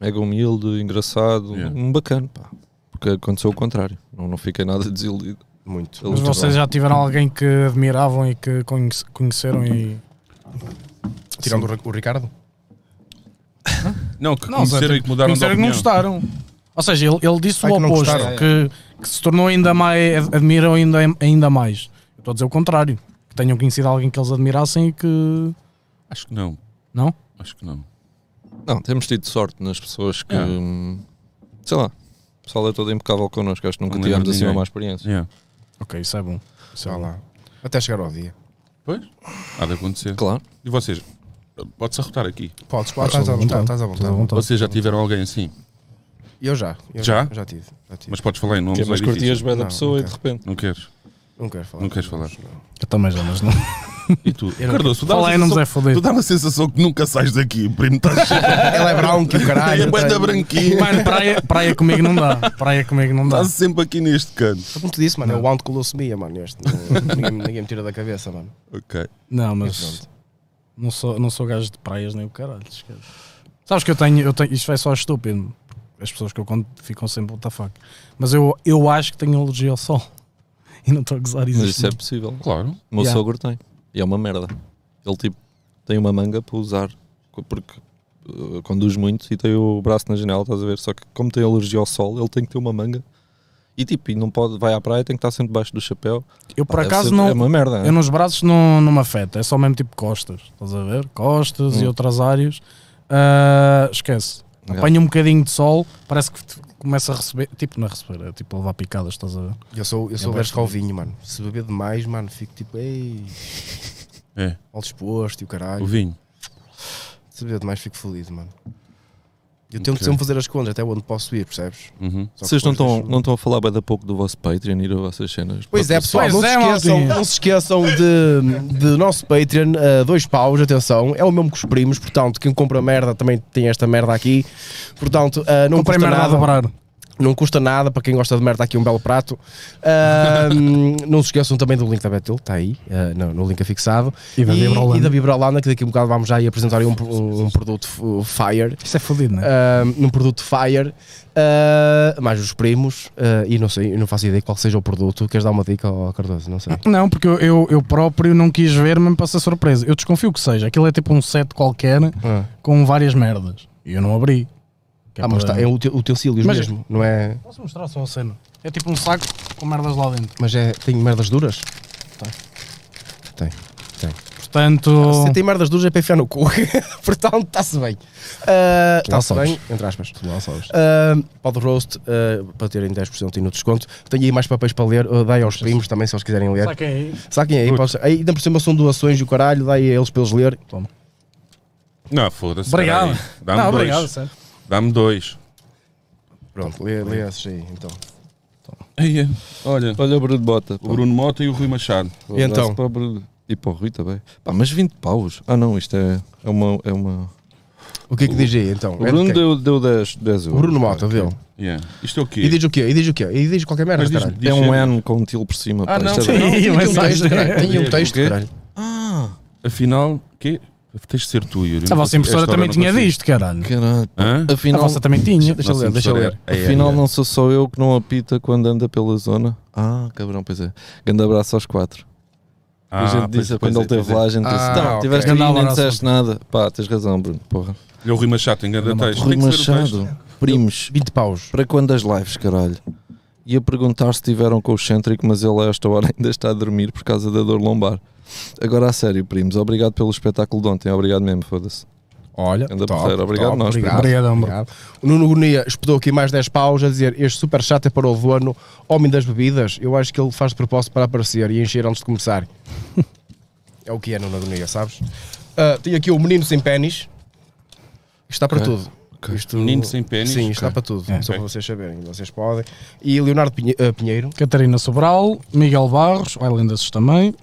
mega humilde, engraçado, Yeah. um bacana, pá. Porque aconteceu o contrário, não, não fiquei nada desiludido. Muito. pelo Mas trabalho. vocês já tiveram alguém que admiravam e que conhece- conheceram e. Tirando o Ri- o Ricardo. Não, que Zé, conheceram e tipo, que mudaram de conheceram que não opinião. gostaram. Ou seja, ele, ele disse Ah, o que não oposto, gostaram. que, que se tornou ainda mais. admiram ainda, ainda mais. Eu estou a dizer o contrário. Que tenham conhecido alguém que eles admirassem e que. Acho que não. Não? Acho que não. Não, temos tido sorte nas pessoas que, Yeah. hum, sei lá, o pessoal é todo impecável connosco, acho que nunca Não lembro tivemos de assim uma ninguém. má experiência. Yeah. Ok, isso é bom. Isso é Vá bom. lá. Até chegar ao dia. Pois, há de acontecer. Claro. E vocês? Pode-se arrotar aqui. Podes, claro, estás à vontade. Estás à Estás é à vontade. vontade. Vocês já tiveram alguém assim, Eu já. eu Já? Já tive. Já tive. mas podes falar em nomes, Que é, é mas difícil. curtias bem da Não, pessoa e nunca. de repente. Não queres? Não quero falar. Não queres falar. Eu também já, mas não. E tu? Cardoso, tu dá, Falar em uma nomes é sensação, foder. tu dá uma sensação que nunca sais daqui, primo. Estás Ela é brown que o caralho. tá é bué da tem- branquinha. Mano, praia, praia comigo não dá. Praia comigo não dá. Estás sempre aqui neste canto. Como te disse, mano, é o Wound Colossemia, mano. Este. Não- ninguém, ninguém me tira da cabeça, mano. Ok. Não, mas. Não sou, não sou gajo de praias nem o caralho. esquece. Sabes que eu tenho, eu tenho. Isto é só estúpido. As pessoas que eu conto ficam sempre what the fuck. Mas eu, eu acho que tenho alergia ao sol. E não estou a gozar isso. Mas isso é possível. Claro. O meu Yeah. sogro tem. E é uma merda. Ele tipo tem uma manga para usar co- porque uh, conduz muito e tem o braço na janela, estás a ver? Só que como tem alergia ao sol, ele tem que ter uma manga. E tipo, e não pode, vai à praia, tem que estar sempre debaixo do chapéu. Eu por Deve acaso ser- não. É uma merda. Eu nos braços não, não me afeta, é só mesmo tipo costas, estás a ver? Costas e outras áreas. Ah, esquece. Hum. Yeah. Apanha um bocadinho de sol, parece que te- começa a receber, tipo não é receber, é tipo a levar picadas, estás a ver? Eu sou, eu sou É alérgico bastante. ao vinho, mano. Se beber demais, mano, fico tipo, ei, É. mal disposto e o caralho. O vinho. Se beber demais, fico fodido, mano. Eu tento Ok. sempre fazer as contas até onde posso ir, percebes? Uhum. Só que Vocês não depois estão, deixo- não estão a falar bem da pouco do vosso Patreon e das vossas cenas. Pois é, pessoal, Pois não, é, se esqueçam, maldinha. não se esqueçam de, de nosso Patreon, uh, dois paus, atenção, é o mesmo que os primos, portanto, quem compra merda também tem esta merda aqui, portanto, uh, não Comprei custa merda a nada, dobrar. não custa nada, para quem gosta de merda está aqui um belo prato, Uh, não se esqueçam também do link da Betul, está aí, uh, no, no link afixado, E da Vibrolândia. e da Vibrolândia, que daqui a um bocado vamos já aí apresentar aí um, um- um produto uh, Fire, Isso é fodido, não é? ah, num produto Fire, ah, mais os primos, ah, e não sei, eu não faço ideia qual seja o produto. Queres dar uma dica ao Cardoso? Não sei. Não, porque eu, eu, eu próprio não quis ver, mesmo para ser surpresa. Eu desconfio que seja, aquilo é tipo um set qualquer Ah, com várias merdas. E eu não abri. Que é mas para- tá, é o teu- utensílios Mas- mesmo, não é? Posso mostrar só a cena? É tipo um saco com merdas lá dentro. Mas é, tem merdas duras? Tem. Tem. Portanto. Se tem merdas duras é para enfiar no cu. Portanto, está-se bem. Ah, Tu lá Está-se sabes. bem, entre aspas. Tu lá sabes. Ah, Pode roast, ah, para terem 10% e no desconto. Tenho aí mais papéis para ler, ah, dai aos primos também se eles quiserem ler. Saquem aí. Saquem aí, pode ser. aí ainda por cima são doações e o caralho, dai a eles para eles lerem. Não, foda-se. Obrigado. peraí. não, Dá-me obrigado, dois. sério. Dá-me dois. Pronto, lê, lê esses aí então. Aí é. Olha, Olha o Bruno Bota. o Bruno Mota e o Rui Machado. Um E então? abraço Para o Bruno. E para o Rui também. Pá, mas 20 paus. Ah não, isto é, é uma. É uma... O que é que diz aí então? O É de Bruno quem? deu, deu 10, 10 euros. O Bruno Mota, Ok. viu? Yeah. Isto é o quê? E diz o quê? E diz o quê? E diz qualquer merda, Mas diz- caralho. É um sempre. N com um til por cima. Ah, pá, não, isto é sim. bem- Ih, Tem mas um sabes- texto, caralho. Tem um texto, O quê? caralho. Ah, Afinal, quê? Tens de ser tu, Yuri. A Não vossa consigo- impressora esta hora também não tinha consigo. disto, caralho. caralho. Hã? A Afinal, vossa também tinha. Deixa eu Nossa ler, deixa eu impressora ler. é- é- afinal é- não sou só eu que não apita quando anda pela zona. Ah, cabrão, pois é. Grande abraço aos quatro. Ah, a gente pois disse é, quando pois ele é, esteve pois é. lá, a gente disse: Ah, Não, ok. tiveste aí, Grande nem abraço. disseste nada. Pá, tens razão, Bruno. Porra. Olha, o Rui Machado tem grande texto. Rui Então, Tem que ser o texto. Machado, primos, 20 paus. para quando as lives, caralho? Ia perguntar se tiveram com o Centric, mas ele a esta hora ainda está a dormir por causa da dor lombar. Agora a sério, primos, obrigado pelo espetáculo de ontem, obrigado mesmo, foda-se. Olha, Anda porreiro, obrigado, nós, Obrigadão, bro. obrigado. O Nuno Gonia espedou aqui mais 10 paus a dizer este super chato é para o dono, homem das bebidas. Eu acho que ele faz de propósito para aparecer e encher antes de começar. é o que é Nuno Gonia, sabes? Ah, tem aqui o Menino Sem Pênis. Isto está para Ok. tudo. Isto- Menino Sem Pênis? Sim, isto está Ok. para tudo. É. Só Ok. para vocês saberem, vocês podem. E Leonardo Pinhe- ah, Pinheiro. Catarina Sobral, Miguel Barros, Islanders também.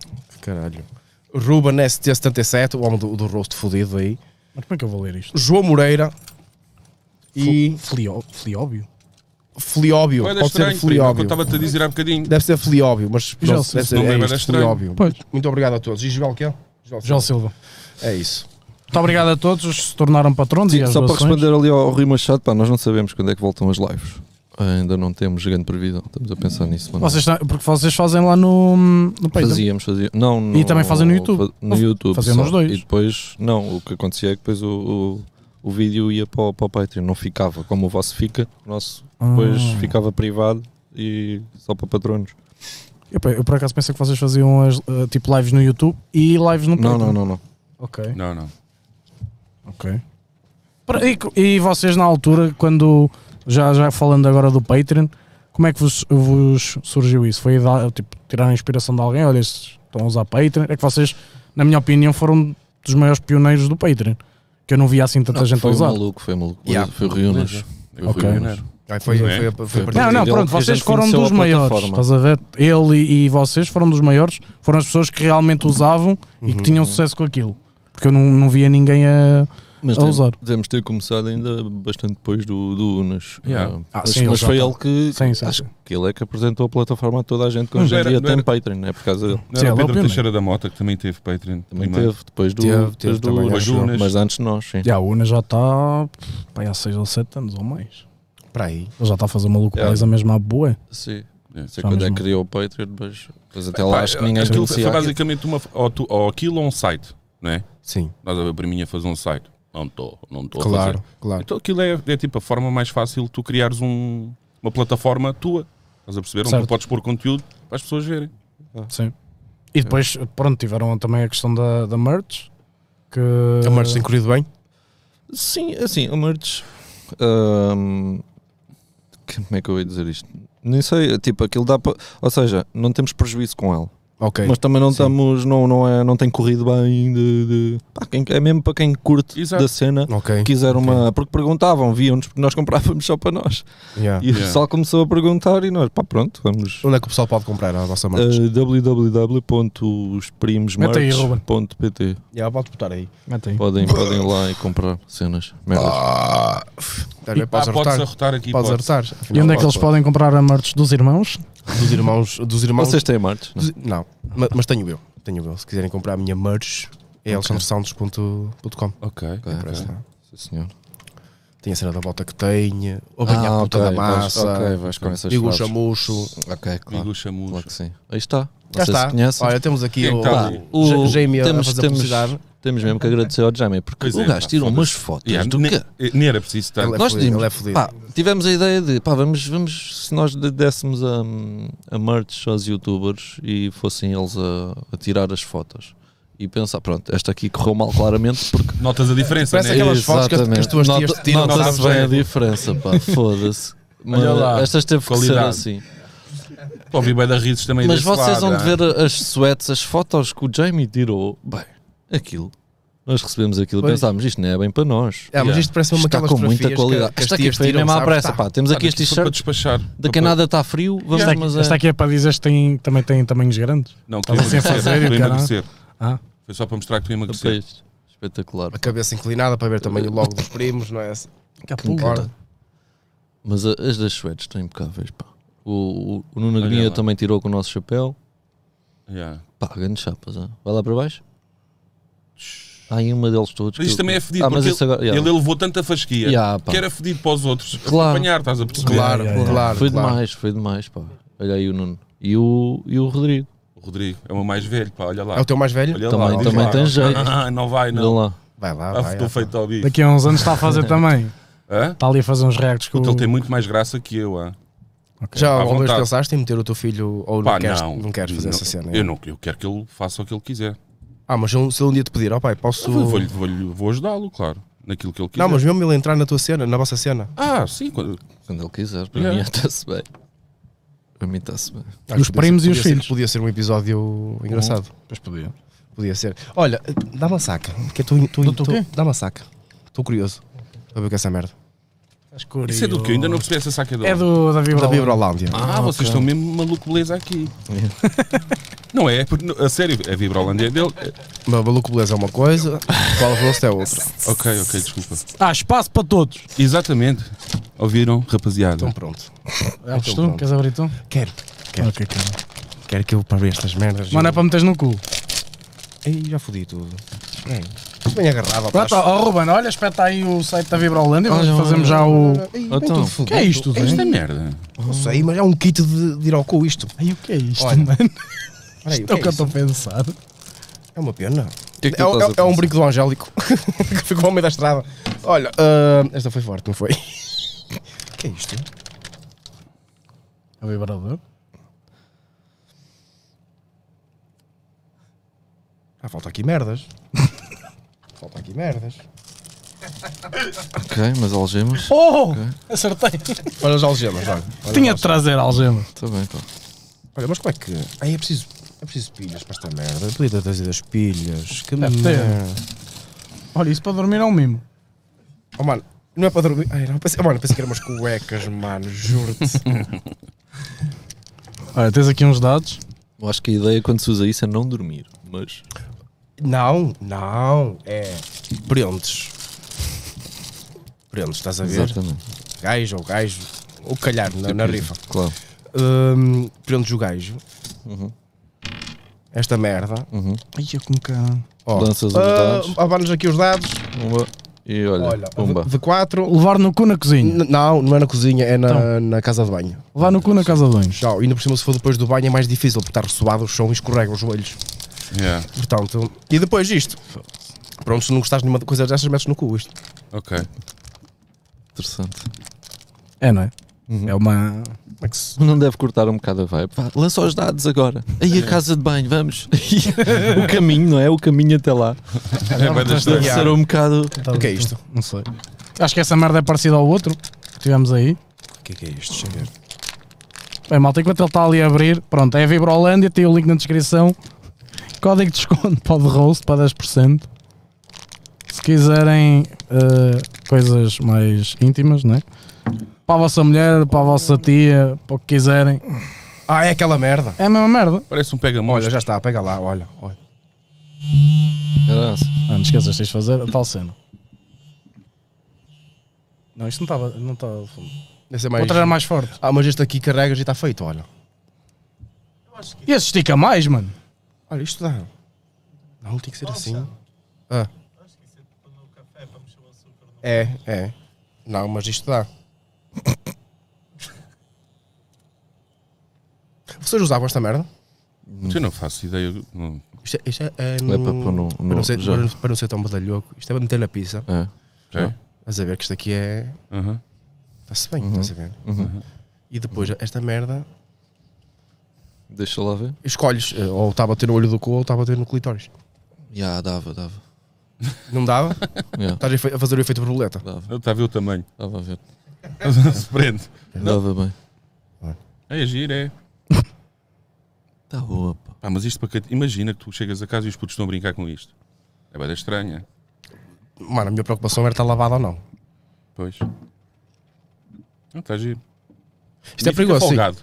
Caralho. Ruben ST77, o homem do, do rosto fodido aí. Mas como é que eu vou ler isto? João Moreira. E Fli- Flio- Flióbio? Flióbio. Olha, é Pode ser estranho, primo, é o que eu Flióbio. estava-te a dizer há bocadinho. Deve ser Flióbio, mas pronto, sei, deve se ser não me é lembro, isto, era estranho. Flióbio. Pois. Muito obrigado a todos. E Joel, o que é? Joel João Silva. Silva. É isso. Muito obrigado a todos os que se tornaram patrões e Sim, as só para doações. responder ali ao, ao Rui Machado, pá, nós não sabemos quando é que voltam as lives. Ainda não temos grande previsão, estamos a pensar nisso. mas não. Vocês estão- porque vocês fazem lá no, no Patreon. Fazíamos, fazíamos. Não, E também não- fazem no YouTube? fa- No YouTube. Faziam só. nos dois. E depois, não, o que acontecia é que depois o, o, o vídeo ia para o, para o Patreon, não ficava como o vosso fica, o nosso Ah. depois ficava privado e só para patronos. Eu, pe- eu por acaso pensei que vocês faziam as, eh, tipo lives no YouTube e lives no Não, Patreon. não, não, Um não. Ok, Não, não. ok. Pra- E, co- e vocês na altura, quando já, já falando agora do Patreon, como é que vos, vos surgiu isso? Foi da- tipo, tirar a inspiração de alguém? Olha, estes estão a usar Patreon? É que vocês, na minha opinião, foram dos maiores pioneiros do Patreon. Que eu não via assim tanta gente a Ah, foi usar. maluco, foi maluco. Yeah. Foi o Riunas. Foi o Ok. Riunas. Ai, foi, Não é? foi, foi, foi a partir Não, não, Ele- pronto, a gente vocês foram conheceu dos a maiores. plataforma. Estás a ver? Ele e, e vocês foram dos maiores, foram as pessoas que realmente usavam e que tinham sucesso com aquilo. Porque eu não, não via ninguém a. Mas A deve- usar. devemos ter começado ainda bastante depois do, do Unas. Yeah. Ah, mas sim, mas eles foi já- ele que. Sim, sim, acho sim. que ele é que apresentou a plataforma a toda a gente que Não hoje em era- dia não tem era- Patreon, não é por causa dele. Sim, Não, era o ele é o Pedro primeiro. Teixeira da Mota, que também teve Patreon. Também primeiro. teve, depois do. Teve, teve depois do também, Unas. acho eu. Mas antes de nós, sim. Já, a Una já está pá, há 6 ou 7 anos ou mais. Para aí. Ele já está a fazer uma loucura Yeah. a mesma boa. Sim. Não sei Já quando é mesmo. que criou o Patreon, mas, mas até Pá, lá acho que ninguém aquilo foi conhecia. basicamente uma. Ou, tu, ou aquilo ou um site, não é? Sim, Estás a ver para mim a fazer um site. Não estou, não estou a claro, fazer. claro. Então aquilo é, é tipo a forma mais fácil de tu criares um- uma plataforma tua. Estás a perceber? Onde Certo. tu podes pôr conteúdo para as pessoas verem. Sim. E depois, pronto, tiveram também a questão da, da merch. Que... A merch tem corrido bem? Sim, assim, o merch. hum, que- como é que eu ia dizer isto? Nem sei, tipo, aquilo dá para. Ou seja, não temos prejuízo com ele. Ok. Mas também não sim. estamos, não, não, é, não tem corrido bem. De, de- pá, quem- é mesmo para quem curte Exato. da cena. ok. Quiser uma. Porque perguntavam, viam-nos, porque nós comprávamos só para nós. Ah, Yeah. E o Yeah. pessoal começou a perguntar e nós, pá, pronto, vamos. Onde é que o pessoal pode comprar a vossa merch? Mete Uh, aí, Ruben. www.primosmerch.pt Yeah, pode botar aí. Mete aí. podem, podem ir lá e comprar cenas. Merdas. Ah, tá a ver, podes Ah, podes arrotar. arrotar aqui. Podes podes. arrotar. E onde é que Afinal, eles podem comprar a merch dos irmãos? Dos irmãos. Dos irmãos Vocês têm merch? não? Dos- Não, ma- mas tenho eu. Tenho eu. Se quiserem comprar a minha merch, é alexandresantos.com. Ok. ok. Parece, não? é? Sim, senhor. Tem a cena da volta que tenho, a banha a puta da Vais, ok, massa, vais com essas digo o frases. chamucho. Ok, claro. Digo chamucho. Claro que sim. Aí está. Já Vocês está. conhecem. tá. Olha, temos aqui Quem o, está? o Jamie a fazer publicidade. temos mesmo que agradecer ao Jamie porque Pois o é, gajo pá, tirou foda-se. umas fotos Yeah, do ne- que eh, nem era preciso estar. Ele é Nós fodido, tínhamos- ele é fodido. Pá, tivemos a ideia de, pá, vamos, vamos se nós de- dessemos a, a merch aos youtubers e fossem eles a, a tirar as fotos e pensar, pronto, esta aqui correu mal claramente porque... Notas a diferença, Parece né? É aquelas fotos que as- que as tuas tias Nota- te tiram, Nota-se sabes? bem a diferença, pá, foda-se. Mas Olha lá, estas teve que ser qualidade. assim. Estou a ouvir bem da risos também Mas desse vocês lado, vão ah. ver as sweats, as fotos que o Jamie tirou, bem, aquilo. Nós recebemos aquilo e Pois. pensámos, isto não é bem para nós. Ah, mas Yeah. isto parece uma Isto está aquelas com muita fotografias qualidade. que- que as esta aqui tias foi tiram, mesmo à sabes? pressa, Tá. pá. Temos Cara, aqui este isto foi para t-shirt, despachar. da Canada está frio, vamos Esta, lá, aqui- mas é... esta aqui é para dizer que tem, também tem tamanhos grandes. Não, que Estava sem emagrecer. fazer, Para cara. emagrecer. Ah. Foi só para mostrar que tu emagrecer. Pois, espetacular. A cabeça inclinada para ver também o logo dos primos, não é? Que incrível. Mas a- as das suedes estão impecáveis, pá. O, o, o Nuno Olha Aguinha lá. também tirou com o nosso chapéu. Yeah. Pá, grande chapas, ah. vai lá para baixo. Há aí uma deles todos. Mas isto que eu- também é fedido, Ah, mas porque esse agora- yeah. ele elevou tanta fasquia Yeah, pá. que era fedido para os outros. Claro. Acompanhar, estás a perceber? Claro, Yeah, yeah, claro, Foi claro. demais, foi demais, pá. Olha aí o Nuno. E o, e o Rodrigo. O Rodrigo é o mais velho, pá, olha lá. É o teu mais velho? Olha Também- lá, também diz lá. tem jeito. Ah, não vai, Olha não. lá. Vai lá, Ah, vai. Estou ah, feito ao bico. Daqui a uns anos está a fazer também. Hã? Está ali a fazer uns reacts com Puta, o. Ele tem muito mais graça que eu, ah. Já À alguma vez vontade. pensaste em meter o teu filho ou não Pá, queres, não. não queres fazer Não, essa cena? é? Eu, não, eu quero que ele faça o que ele quiser. Ah, mas se ele- se ele um dia te pedir, ó pai, posso. Eu Vou, vou-lhe- vou-lhe- vou ajudá-lo, claro. Naquilo que ele quiser. Não, mas mesmo ele entrar na tua cena, na vossa cena. Ah, sim. quando- Quando ele quiser, para Yeah. mim está-se bem. Para mim está-se bem. Acho que podia primos ser- e os podia ser- filhos. Hum, Podia ser um episódio engraçado. Pois podia. Podia ser. Olha, dá uma saca. Que eu tô- tô- tô- Dá uma saca. Estou curioso. Para ver o que é essa merda. Isso é do que? Eu ainda não percebi essa saca É do Da da Vibra. Vibrolândia. Ah, vocês estão mesmo maluco beleza aqui. não é? Porque, A sério, a Vibrolândia é dele. Mas Maluco Beleza é uma coisa, Fala Veloso é outra. Ok, ok, desculpa. Há espaço para todos. Exatamente. Ouviram, rapaziada? Então pronto. Abres É tu? pronto. Queres abrir tu? Quero. Quero. Ok, cara. Quero que eu para ver estas merdas. Mano, é para meteres no cu. Ei, já fodi tudo. Bem, É. bem agarrado, Pronto, pá. ó, Ruben, olha, espeta aí o site da Vibrolândia. Vamos Olha, olha, fazemos já Ei, o. Então, bem tudo O que é fodido. isto, Zé? Esta merda. Não sei, mas é um kit de, de ir ao cu isto. Ai, o que é isto, Olha, mano? Olha aí, o Isto é o que que é, eu estou isso? a pensar. é uma pena. que é que tu É, estás a é- é um pensar? brinco do Angélico que ficou ao meio da estrada. Olha, ah, esta foi forte, não foi? O que é isto? É o vibrador? Ah, falta aqui merdas. falta aqui merdas. Ok, mas algemas. Oh! Acertei! Olha as algemas, olha. Olha, Tinha as- de trazer algemas. Está bem, pá. olha, mas como é que. Ai, é preciso. É preciso pilhas para esta merda. Eu podia ter trazido as pilhas. Que Deve ter. merda. Hum. Olha, isso para dormir é o mesmo. Oh, mano, não é para dormir. Ai, não, pensei... Mano, pensei que eram umas cuecas, mano. Juro-te. Olha, tens aqui uns dados. Eu acho que a ideia quando se usa isso é não dormir, mas Não, não, é prendes. Prendes, estás a ver? É. exatamente. Gajo ou gajo, ou calhar na, Tipo na rifa. Claro. Hum, prendes o gajo. Uhum. Esta merda. Uhum. Ai, eu como que. Ó, Lanças os ah, dados. abana-nos aqui os dados. Uma. E olha, Olha, pumba. de 4. Levar no cu na cozinha. Não, não é na cozinha, é na, Então. na casa de banho. Levar no cu na casa de banhos. Já, ainda por cima, se for depois do banho, é mais difícil, porque está ressoado o chão e escorrega os joelhos. Yeah, Portanto, e depois isto. Pronto, se não gostares de nenhuma coisa destas, metes no cu isto. ok. Interessante. É, não é? É uma. Como é que se. Não deve cortar um bocado a vibe. Vá, lança os dados agora. Aí a casa de banho, vamos. o caminho, não é? O caminho até lá. É bem das Deve ser um bocado. O que é isto? Não sei. Tá Acho que essa merda é parecida ao outro que tivemos aí. O que é, que é isto? Deixa eu ver. Bem, malta, enquanto ele está ali a abrir, pronto, é a Vibrolândia, tem o link na descrição. Código de desconto para o The Roast para 10%. Se quiserem eh, coisas mais íntimas, né? Para a vossa mulher, para a vossa tia, para o que quiserem. Ah, é aquela merda. É a mesma merda. Parece um pega Olha, já está, pega lá, olha. olha. Caraca. Ah, não te esqueças, tens de fazer a tal cena. Não, isto não estava. Não estava de fundo. Esse é mais... Outra era mais forte. Ah, mas este aqui carregas e está feito, olha. E esse estica mais, mano. Olha, isto dá. Não, tem que ser assim. Ah. É, é. Não, mas isto dá. Vocês usavam esta merda? Eu não faço ideia. não- Isto é. Isto é, é, É para pôr no- para, no- não ser, já. para, não- para não ser tão badalhoco. Isto é para meter na pizza. É. Ok. Estás a ver que isto aqui é. Aham. Está-se bem, estás a ver? E depois esta merda. Deixa lá ver. Escolhes, eh, ou está a bater no olho do cu ou está a bater no clitóris. Já, dava, dava. Não dava? Já, Estás a fe- a fazer o efeito borboleta. dava. Ele está a ver o tamanho. Dava a ver. Se prende. Dava bem. É giro, é. Tá boa, pá. Pá, mas isto para que... Imagina que tu chegas a casa e os putos estão a brincar com isto. É bem estranha. Mano, a minha preocupação era estar lavado ou não. Pois. Não, está giro. Isto é perigoso, sim. Está folgado.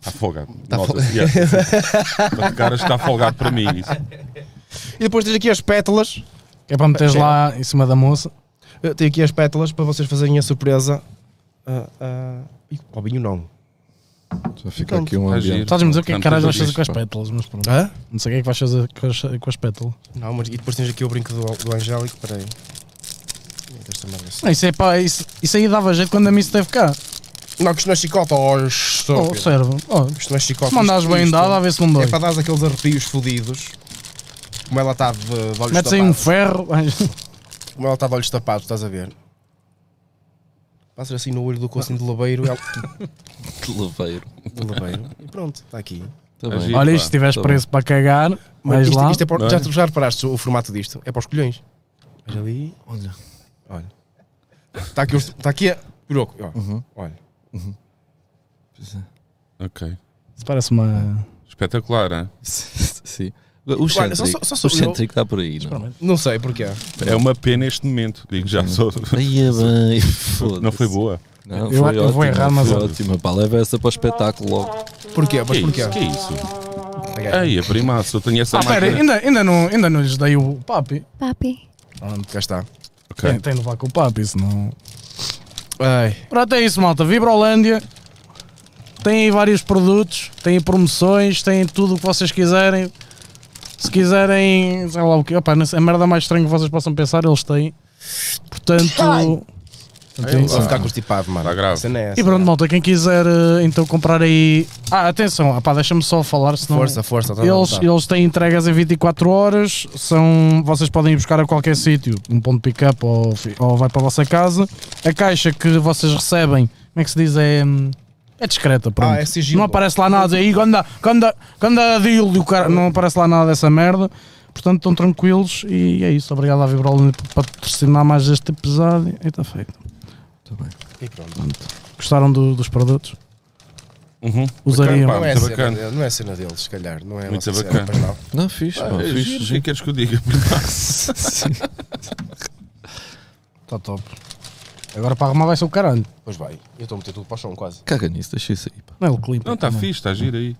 Está folgado. Tá Nota-se, folgado. yeah. Para caras está folgado para mim. Isso. E depois tens aqui as pétalas. Que é para meteres Chega. lá em cima da moça. Eh, Tem aqui as pétalas para vocês fazerem a surpresa. Ah, ah, Ih, ao vinho não. Já fica aqui um Tá ambiente. giro. Estás-me a dizer o que é que Portanto, caralho vais tens fazer com as isto, pá. pétalas, mas pronto. Hã? Não sei o que é que vais fazer com as, com as pétalas. Não, mas e depois tens aqui o brinco do, do Angélico. Peraí. Esta merda assim. Não, isso, é pá, isso, isso aí dava jeito quando a Miss esteve cá. Não, que isto não é chicota. Oh, estúpido. Oh, serve. Oh, Isto não é chicota. se mandares isto- bem isto dado, a ver se não dói. É para dar aqueles arrepios fodidos. Como ela está de, de olhos Metes tapados. aí um ferro. Como ela está de olhos tapados, estás a ver? Passas assim no olho do cocinho de labeiro. Ela... Que leveiro. de labeiro. E pronto, está aqui. Tá Tá bem. giro. Olha, pá, isto se tiveres tá preso para cagar, Mas vais isto, lá. isto é para, Não é? já, já reparaste o formato disto? É para os colhões. Olha ali. Olha. Olha. Está aqui, os- está aqui a. Piroco. ó, Uhum. Olha. é. Ok. Isso parece uma. Espetacular, hein? Sim. O Olha, só- Centric. só- só sou o Centric está por aí, não? Não sei porquê. É uma pena este momento. Digo já. Só... Aí é bem. foda-se. Não foi boa. Não, Eu- foi eu vou ótima, errar, mas foi olha. ótima. Pá, leva essa para o espetáculo logo. Porquê? Mas Que porquê? isso? Que isso? Ok. Ei, a primaça. Eu tenho essa Ah, pera, máquina. ainda, ainda, não, ainda não lhes dei o papi. Papi. Pronto, cá está. Ok. Tem, tem de levar com o papi, senão. Ai. Pronto, é isso, malta. Vibrolândia. Tem aí vários produtos, tem aí promoções, tem tudo o que vocês quiserem. Se quiserem, sei lá o que. Opa, não sei, a merda mais estranha que vocês possam pensar, eles têm. Portanto. portanto, é isso. Vou ficar constipado, mano. Está grave. Cena é essa. Tá E pronto, malta, quem quiser eh, então comprar aí. Ah, atenção, ah, pá, deixa-me só falar, senão. Força, força. tá Eles, à vontade. eles têm entregas em 24 horas, são, vocês podem ir buscar a qualquer sítio, um ponto de pick-up ou, fi- ou vai para a vossa casa. A caixa que vocês recebem, como é que se diz? É, hum, é discreta, pronto. Ah, é sigilo. Não aparece lá nada aí, quando quando quando dildo, cara, não aparece lá nada dessa merda. Portanto, estão tranquilos e é isso. Obrigado à Vibrolândia por patrocinar mais este episódio. E está feito. E pronto. Gostaram do- dos produtos? Uhum. Usariam. Bacana, pá. Não é, muito cena, bacana. dele, não é cena deles, se calhar. Não é a Muito nossa cena, bacana. pois não. Não, fixe, pá, Ah, é fixe. giro, O que é que queres que eu diga? Está Tá top. Agora para arrumar vai ser o caralho. Pois vai, eu estou a meter tudo para o chão quase. Caga nisso, deixa isso aí. Pá. Não é o clipe. Não, está Uhum. também. fixe, está giro aí.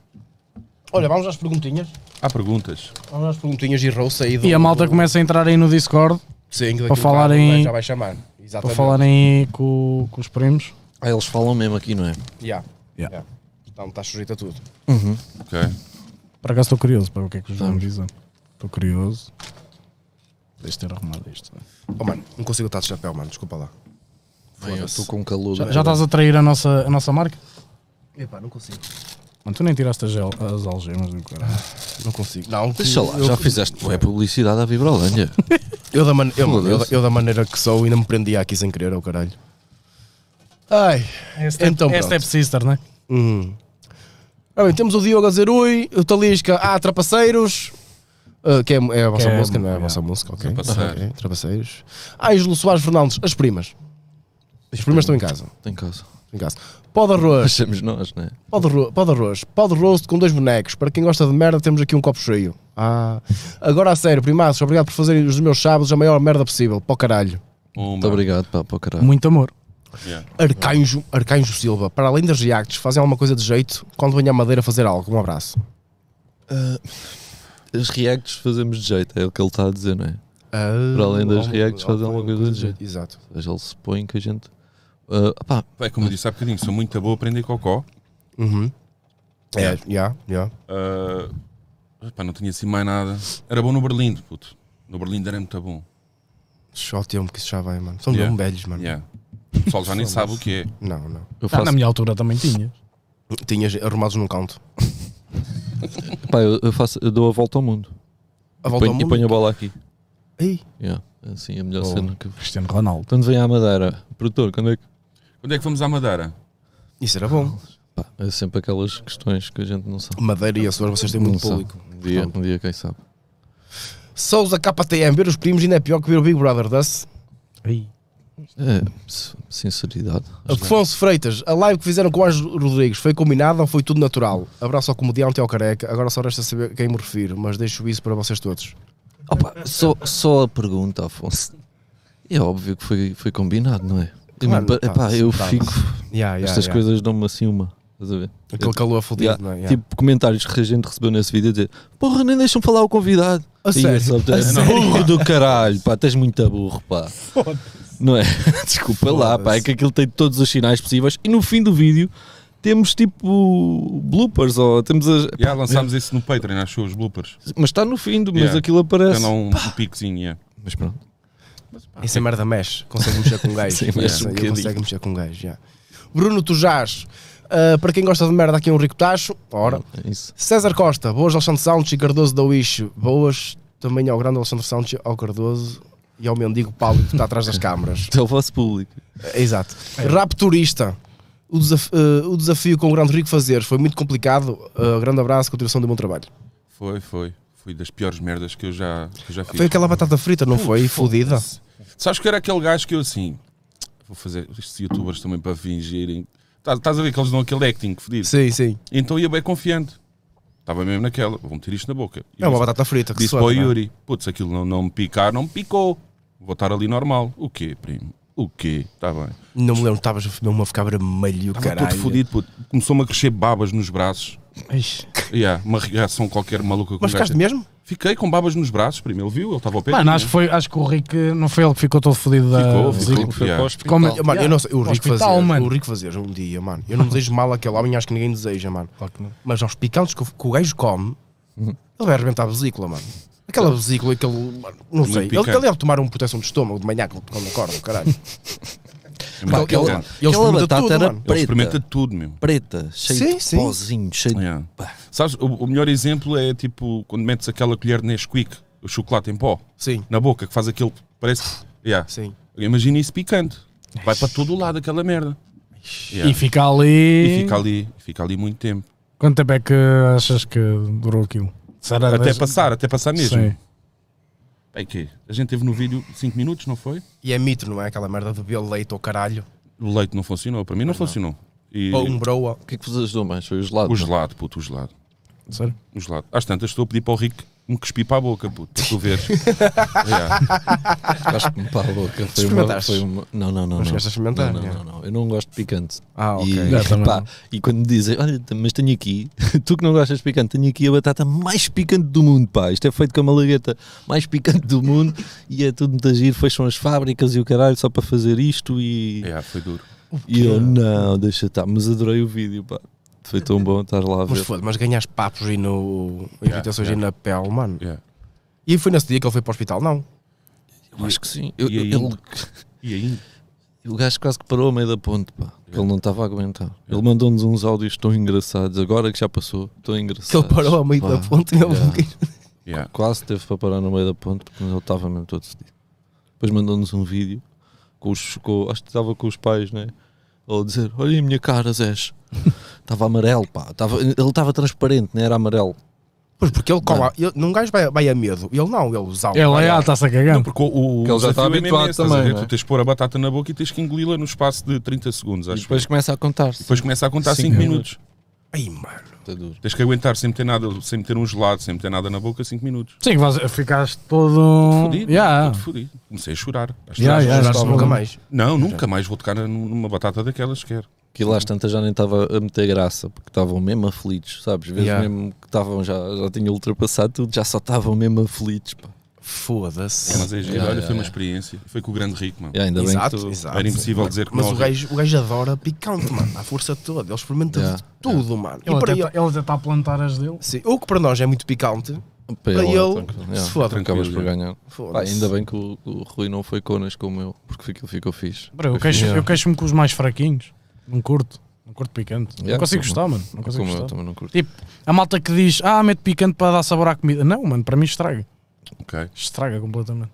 Olha, vamos às perguntinhas. Há perguntas. Vamos às perguntinhas e roça aí do- E a malta do- começa a entrar aí no Discord Sim, que daqui para a falar bocado um em- Já vai chamar. para Exatamente. falarem com, com os primos. Ah, eles falam mesmo aqui, não é? Já. Yeah. Já. Então estás sujeito a tudo. Ok. Por acaso estou curioso para o que é que os vão dizer. Estou curioso. Deixa ter arrumado isto. Oh, mano, não consigo estar de chapéu, mano. Desculpa lá. Bem, eu estou com um calor. Já, tá- já estás a trair a nossa, a nossa marca? Epá, não consigo. Mano, tu nem tiraste as, gel- as algemas do caralho. Não consigo. Não, Deixa lá, já fizeste boa publicidade à Vibrolândia. Eu da, man- eu, Meu eu, Deus. eu da maneira que sou ainda me prendia aqui sem querer, ao caralho. Ai, então é pronto. Step Sister, não é? Hum. Ora bem, temos o Diogo a dizer ui, o Talisca, ah, Trapaceiros, ah, que é, é a vossa Que é- música, não é a é. vossa música, ok. Trapaceiros. Ok, Trapaceiros. Ângelo Soares Fernandes, as primas. As primas estão em casa, Tem casa. em casa. Pó de arroz, Achamos nós, não é? pó de, arro- pó de arroz, pó de rosto com dois bonecos. Para quem gosta de merda, temos aqui um copo cheio. Ah, agora a sério, primaços, obrigado por fazerem os meus sábados a maior merda possível, pó caralho. Muito obrigado, pá, para o caralho. Muito amor. Yeah. Arcanjo, Arcanjo Silva, para além das reacts, fazem alguma coisa de jeito quando venha a Madeira fazer algo. Um abraço. As reacts fazemos de jeito, é o que ele está a dizer, não é? Para além das reacts, fazem alguma coisa de jeito. Ah. Exato. Ou seja, ele se põe que a gente. Ah, pá, Bem, como eu disse há bocadinho, sou muito boa a aprender cocó. Uhum. É, já, já. Ah, pá, não tinha assim mais nada. Era bom no Berlindo, puto. No Berlindo era muito bom. Só o tempo que isso já vai, mano. São Yeah. mesmo velhos, mano. Yeah. O pessoal já nem sabe o que é. Não, não. eu Ah, faço. na minha altura também tinha. Tinhas arrumados num canto. pá, eu, eu faço eu dou a volta ao mundo. A volta Ponho- ao mundo. E ponho a bola aqui. Ei, Yeah. Assim, a melhor Boa. cena que. Cristiano Ronaldo. Quando vem à Madeira, produtor, quando é que. Quando é que vamos à Madeira? isso era bom. Pá, é sempre aquelas questões que a gente não sabe. Madeira e Açores, vocês têm Não muito sabe. público. Um dia, um dia, quem sabe. Souza KTM, ver os primos ainda é pior que ver o Big Brother Dust. Ei. É, s- sinceridade. Afonso Freitas, a live que fizeram com o Anjo Rodrigues foi combinada ou foi tudo natural? Abraço ao comediante e ao careca. Agora só resta saber a quem me refiro, mas deixo isso para vocês todos. Opa, só, só a pergunta, Afonso. É óbvio que foi, foi combinado, não é? Eu, Claro, pa- tá, epá, eu tá. fico. Yeah, yeah, estas yeah. coisas dão-me assim uma. Estás a ver? Aquele calor fodido, Yeah, não é? Yeah. Tipo, comentários que a gente recebeu nesse vídeo a dizer: Porra, nem deixam falar o convidado. A E sério? eu só- A sério? Burro do caralho, pá, tens muito burro, pá. Não é? Desculpa lá, pá, é que aquilo tem todos os sinais possíveis. E no fim do vídeo temos tipo bloopers, ou temos as. Já lançámos isso no Patreon, achou os bloopers. Mas está no fim, do- mas Yeah. aquilo aparece. Cada um, um piquezinho. yeah. Mas pronto, Essa merda mexe, consegue mexer com um gajo. Sim, Yeah, mexe um eu bocadinho. Consegue mexer com um gajo, já. Bruno Tujás, ah, para quem gosta de merda, aqui um rico tacho. Ora. é isso. César Costa, boas Alexandre Santos e Cardoso da Wish. Boas também ao grande Alexandre Santos, ao Cardoso e ao mendigo Paulo que está atrás das câmaras. É o vosso público. É, Exato. Rapturista. O, desaf- eh, o desafio com o Grande Rico fazer foi muito complicado. Ah, grande abraço, continuação do bom trabalho. Foi, foi. Foi das piores merdas que eu já, que eu já fiz. Foi aquela batata frita, não foi? Fodida. Sabes que era aquele gajo que eu assim. Vou fazer estes youtubers também para fingirem. Tá- Estás a ver que eles dão aquele acting fodido. Sim, sim. Então ia bem confiante. Estava mesmo naquela. Vou meter isto na boca. E É uma disse- batata frita que Disse suena, para o não é? Yuri: Putz, aquilo não, não me picar, não me picou. Vou estar ali normal. O quê, primo? O quê? Está bem. Não me lembro, estavas mesmo a ficar vermelho, Estava todo caralho. fodido, puto. Começou-me a crescer babas nos braços. Ixi. Yeah, uma reação qualquer maluca com um Mas ficaste mesmo? Fiquei com babas nos braços, primo. Ele viu, ele estava ao pé. de Mano, mim. acho que, foi, acho que o Rick não foi ele que ficou todo fodido da. do Ficou, ficou. Zico. Foi para o Ficou mal- Eu, é- mano, eu não sei, o Para o Rico hospital, fazer, mano. o Rico fazer um dia, mano. Eu não desejo mal àquele homem, acho que ninguém deseja, mano. Mas aos picantes que, o- que o gajo come, ele vai arrebentar a vesícula, mano. Aquela vesícula, aquele. mano, não Muito sei. Ele, picante. ele deve tomar uma proteção de estômago de manhã quando quando acorda, caralho. Pá, Aquele- ele- ele aquela experimenta batata tudo, era mano. Ele preta, experimenta tudo, meu. preta, cheio Sim, de sim. pozinho, cheio de. Yeah. Sabes, o, o melhor exemplo é tipo quando metes aquela colher de Nesquik, o chocolate em pó, Sim, na boca, que faz aquele. Parece. Yeah. sim. Imagina isso picante. Vai para todo o lado aquela merda. Yeah. E fica ali. E fica ali, fica ali muito tempo. Quanto tempo é que achas que durou aquilo? Será Até dez- passar, até passar mesmo. Ah, Sim. É que a gente teve no vídeo 5 minutos, não foi? E é mito, não é? Aquela merda de beber leite ao caralho. O leite não funcionou, para mim não funcionou. E Ou um broa. O que é que vos ajudou mais? Foi o gelado. o não é? gelado, puto, o gelado. Sério? O gelado. Às tantas estou a pedir para o Rico me cuspir para a boca, puto, para tu veres. yeah. Acho que me pá a boca. Foi uma, Experimentaste? foi uma... Não, não, Mas não. não. chegaste a experimentar, Não, não, é. não, não. Eu não gosto de picante. Ah, ok. E, Eu também pá, não. e quando me dizem, olha, mas tenho aqui, tu que não gostas de picante, tenho aqui a batata mais picante do mundo, pá. Isto é feito com a malagueta mais picante do mundo e é tudo muito giro. Fecham as fábricas e o caralho só para fazer isto e, yeah, foi duro. e eu, não, deixa estar. Mas adorei o vídeo, pá. Foi tão bom estar lá a Mas ver. foda mas ganhaste papos e no. irritações yeah. aí na pele, mano. É. Yeah. E foi nesse dia que ele foi para o hospital? Não. Eu acho que sim. Eu, E aí? ele- E ainda? o gajo quase que parou a meio da ponte, pá. que É. Ele não estava a aguentar. Ele mandou-nos uns áudios tão engraçados, agora que já passou, tão engraçados. É. Que ele parou a meio pá. da ponte e ele Yeah. Yeah. Quase teve para parar no meio da ponte porque ele estava mesmo todo fedido. Depois mandou-nos um vídeo com os, com- acho que estava com os pais, né? Ele a dizer: Olha a minha cara, Zés. Estava amarelo, pá. Estava- ele estava transparente, não era amarelo. Pois porque ele cola. Ele, num gajo vai, vai a medo. Ele não, ele usa algo. Ele Vai é, lá. ah, está-se a cagar. Porque o, o Porque ele já está desafio é mesmo esse, habituado estás a também, ver? não é? Tu tens de pôr a batata na boca e tens que engoli-la no espaço de 30 segundos, acho. e depois começa a contar. E depois começa a contar Cinco 5 minutos. Ai, mano. Tá duro. Tens que aguentar sem ter nada, sem ter um gelado, sem ter nada na boca, 5 minutos. Sim, que você- ficaste Hum, todo. Fodido, Yeah. todo fodido. Comecei a chorar. É, Acho que Yeah, já- yeah, Juraste tá bom. nunca mais. Não, nunca mais vou tocar num- numa batata daquelas sequer. Que lá às tantas já nem estava a meter graça, porque estavam mesmo aflitos, sabes? Vezes Yeah. mesmo que estavam já, já tinham ultrapassado tudo, já só estavam mesmo aflitos, pá. Foda-se. Mas é giro, Yeah, olha, yeah, foi uma yeah. experiência. Foi com o grande rico, mano. E ainda Exato, bem que tu, exato. Era impossível dizer que Mas não. o gajo, o gajo adora picante, mano. A força toda. Ele experimenta Yeah, de tudo, mano. E Ele para ele, até, tá- ele até está a plantar as dele. sim, o que para nós é muito picante, Para Para ele, ele, tranquilo, se yeah, foda. tu acabas por Tranquilo, ganhar. Pá, foda-se. ainda bem que o, o Rui não foi conas como eu, porque aquilo ficou fixe. Bro, eu queixo- eu queixo-me com os mais fraquinhos. Não curto. Não curto picante. Yeah, não consigo como- gostar, mano. Não consigo como eu gostar. também não curto. Tipo, a malta que diz, ah, mete picante para dar sabor à comida. Não, mano, para mim estraga. Ok. Estraga completamente.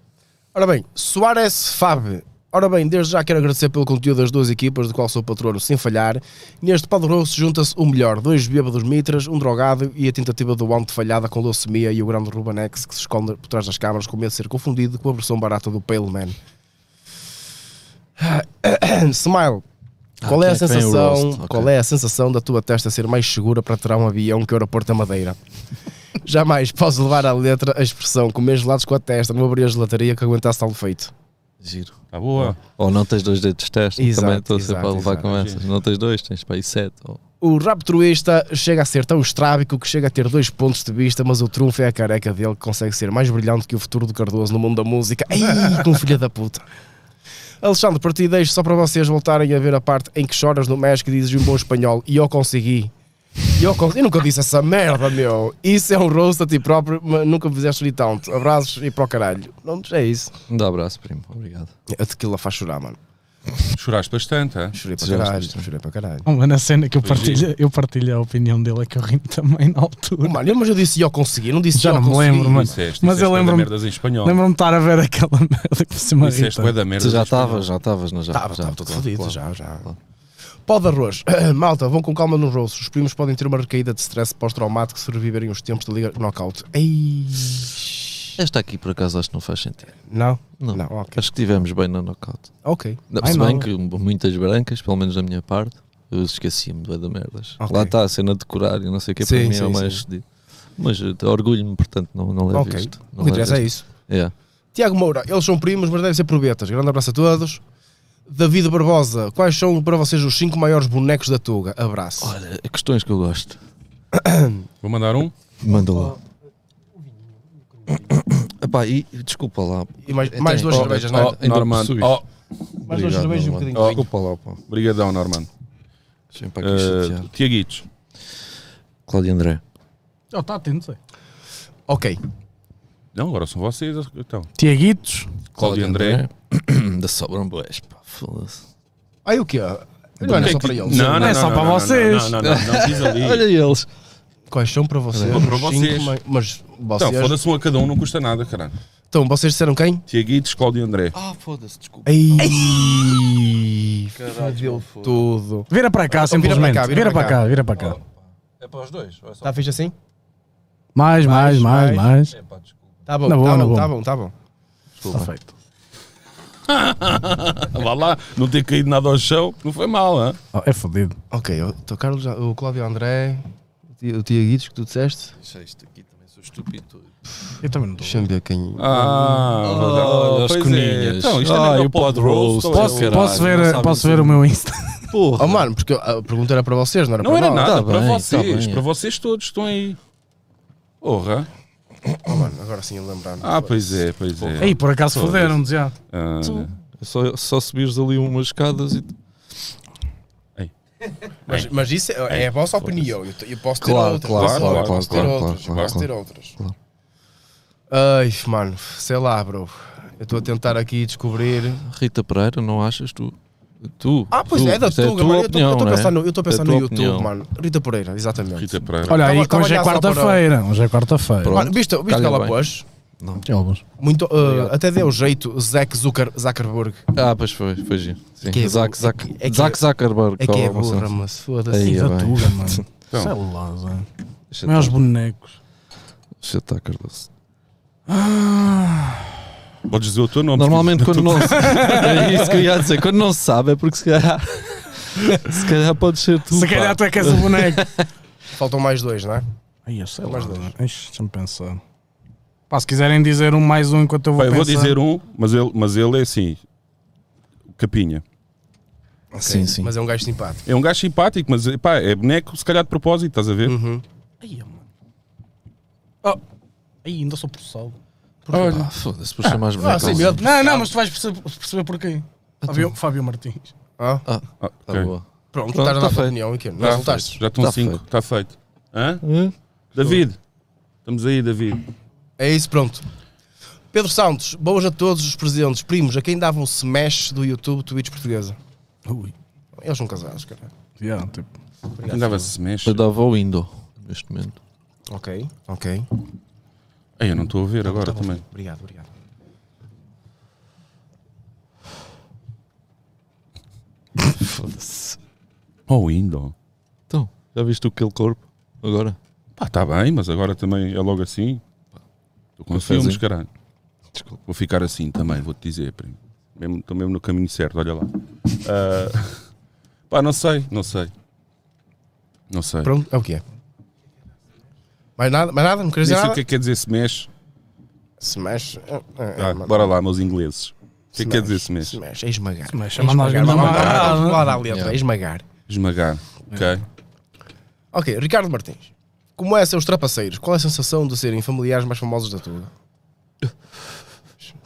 Ora bem, Soares Fab. Ora bem, desde já quero agradecer pelo conteúdo das duas equipas, do qual sou patrono sem falhar. Neste padroso junta-se o melhor, dois bêbados mitras, um drogado e a tentativa do Ant falhada com leucemia e o grande Rubanex que se esconde por trás das câmaras com medo de ser confundido com a versão barata do Pale Man. Smile, qual Ah, é a quem é que vem o sensação? roast? Ok. Qual é a sensação da tua testa ser mais segura para tirar um avião que o aeroporto da Madeira? Jamais podes levar à letra a expressão comer gelados com a testa, não abrir a gelataria que aguentasse tal feito. Giro. Tá boa. Ou não tens dois dedos de teste, Exato, também estou exato, sempre a levar exato. com essas. Não tens dois, tens para aí sete. ou- O raptruísta chega a ser tão estrábico que chega a ter dois pontos de vista, mas o trunfo é a careca dele que consegue ser mais brilhante que o futuro do Cardoso no mundo da música. Ei, com filha da puta. Alexandre, para ti deixo só para vocês voltarem a ver a parte em que choras no México e dizes um bom espanhol e eu consegui. E Eu, con- eu nunca disse essa merda, meu. Isso é um roast a ti próprio, mas nunca me fizeste rir tanto. Abraços e para o caralho. Não, é isso. Me Um dá abraço, primo. Obrigado. A tequila faz chorar, mano. Choraste bastante, hã? Chorei para Já caralho, gostaste. chorei para caralho. Não, mano, a cena que eu partilho, eu partilho a opinião dele é que eu rimo também na altura. Mano, eu- mas eu disse eu consegui, não disse Já eu não me consegui. lembro, mano. Disseste, Mas eu disseste é, bué da lembro-me- merdas em espanhol. Lembro-me de estar a ver aquela merda que se me Disseste é bué irrita. da merdas Tu já em espanhol. estavas, já estavas, não já? Estava, já, estava todo claro, fodido, claro. já, já. Pó de arroz. Malta, vão com calma no rosto. Os primos podem ter uma recaída de stress pós-traumático se sobreviverem os tempos da Liga Knockout. Ei. Esta aqui por acaso acho que não faz sentido. Não? Não. ok. Acho que estivemos bem na knockout. Ok. Não, Ai, se não. bem que muitas brancas, pelo menos da minha parte, eu esqueci-me de da merdas. Ok. Lá está a cena de curar e não sei o que, Sim, para mim é sim, o mais sim. fedido. Mas eh, orgulho-me, portanto, não, não levo Ok. isto. O que interessa é isso. Yeah. Tiago Moura, eles são primos, mas devem ser probetas. Grande abraço a todos. David Barbosa, quais são para vocês os cinco maiores bonecos da Tuga? Abraço. Olha, é questões que eu gosto. Vou mandar um. Manda lá. Epá, e desculpa lá. e mais, Então, mais duas oh, cervejas, oh, não é? Ainda Norman. possuis. Oh, Mais duas cervejas e um bocadinho de vinho. Desculpa lá, pá. brigadão, Norman. Deixa-me para aqui Uh, chatear. Tiaguitos. Eh, Cláudio André. Ele está tá atento, sei. Ok. Não, agora são vocês. Então, Tiaguitos, Cláudio André. Da Sobram Boés, pá. Foda-se. Aí o quê? Não era só para eles. Não, Não é só para não, vocês. Não, não, não, não, não diz ali. Olha eles. Quais são para vocês? Vou para os cinco vocês. mai- Mas Então, vocês. foda-se um a cada um, não custa nada, caralho. Então, vocês disseram quem? Tiaguitos, Cláudio André. Ah, foda-se, desculpa. Ei, fodeu tudo. vira para cá, Então, vira simplesmente. para cá, vira Vira para para cá. cá, vira para cá. É para os dois? Ou é só? Está fixe assim? Mais, mais, mais, mais. É pá, desculpa. Tá bom, Na boa, tá, na bom boa. tá bom, tá bom. Está feito. Vá lá, não ter caído nada ao chão, não foi mal, hã? Oh, é fodido. Ok, o o Carlos, o Cláudio André, o Ti- o Tiaguitos que tu disseste. Deixa isto aqui também, sou estúpido. Eu também não estou. Deixa-me ver quem. Ah, Oh, as coninhas. Então, isto Ai, é o pod roast. Posso, Caralho, posso não ver, sabem posso dizer. ver o meu Insta? Porra. Oh, mano, porque a pergunta era para vocês, não era Não para era nós. nada, tá para bem, tá vocês, bem. para vocês todos estão aí. Porra. Oh, mano, agora sim eu lembrar-me. Ah, pois é, pois é. Ei, por acaso Pois. foderam-nos já. Ah, É Só, só subires ali umas escadas e. Mas, mas isso é, é a vossa opinião. Eu, te- eu posso ter Claro, outras. claro, posso ter outras, claro, ter claro, claro, outras, claro, posso claro. ter outras. Ai, mano, sei lá, bro. Eu estou a tentar aqui descobrir. Rita Pereira, não achas tu? Tu. Ah, pois tu, é, da isto Tuga, mano. Eu tô- Eu estou a não é? pensar no, eu tô a É a pensar no tua YouTube, opinião. mano. Rita Pereira, exatamente. Rita Pereira. Olha Tava- aí, que tava hoje a é olhar só para o- quarta-feira. Hoje é quarta-feira. é Pronto. Mano, viste, viste que calha ela bem. pôs? Já ouves. Muito, uh, Obrigado. até deu jeito Zack Zucker, Zuckerberg. Ah, pois foi, foi giro. Sim. que é Zack, burro, Zack, é que- é que- Zack Zuckerberg. É que é ou algo burra, assim. mas Aí, foda-se. Da bem. Tuga, mano. Então. Celulosa. Deixa Meus estar, bonecos. Deixa estar, Cardoso. Podes dizer o teu nome. Normalmente quando não se... É isso que eu ia dizer. Quando não se sabe é porque se calhar... se calhar pode ser tu, Se pá. calhar tu é que és o boneco. Faltam mais dois, não é? Ai, eu sei lá. Ixi, Deixa-me pensar. Pá, se quiserem dizer um mais um enquanto eu vou Pá, eu vou pensar. dizer um, mas ele, mas ele é assim. Capinha. Ok, Sim, sim. Mas é um gajo simpático. É um gajo simpático, mas pá, é boneco, se calhar de propósito, estás a ver? Hum. Uhum. Ai, mano. Oh. Ai, ainda sou processado. Olha, Ah, foda-se, por ser mais bonito. Ah, sim, medo. Não, Então. não, mas tu vais perce- perceber porquê. Fábio, Fábio Martins. Ah, Ah, Tá ok. boa. pronto, Pronto, estás a tá dar a feito. opinião, e quê? Não Já, resultaste. já estão Tá cinco, feito. Hum? está feito. Hã? Hã? David, estamos aí, David. É isso, pronto. Pedro Santos, boas a todos os presentes, primos, a quem davam smash do YouTube Twitch portuguesa. Ui. Eles são casados, cara. Yeah, tipo. Quem dava se mexe? Eu dava o Indo, neste momento. Ok, ok. Ei, eu não estou a ver agora Tá bom. também. Obrigado, obrigado. Foda-se. Oh, Indo. Então, já viste aquele corpo? Agora? Pá, está bem, mas agora também é logo assim. Estou com Pois filmes, é. caralho. Desculpa. Vou ficar assim também, vou-te dizer, primo. Mesmo, estou mesmo no caminho certo, olha lá. Ah, pá, não sei, não sei. Não sei. Pronto, é o que é. Mais nada? Mais nada? Não queres Nem dizer sei o nada? que é que quer dizer se mexe. Smash. É, é, Ah, mano. bora lá, meus ingleses. O que é que quer dizer se smash? mexe? Smash, é esmagar. Smash, É é mandar esmagar. alguém Vá dar uma lá, agarrada. vá lá, dá a letra, Yeah. é esmagar. Esmagar. Ok. Ok, Ricardo Martins. Como é seus trapaceiros? Qual é a sensação de serem familiares mais famosos da tua?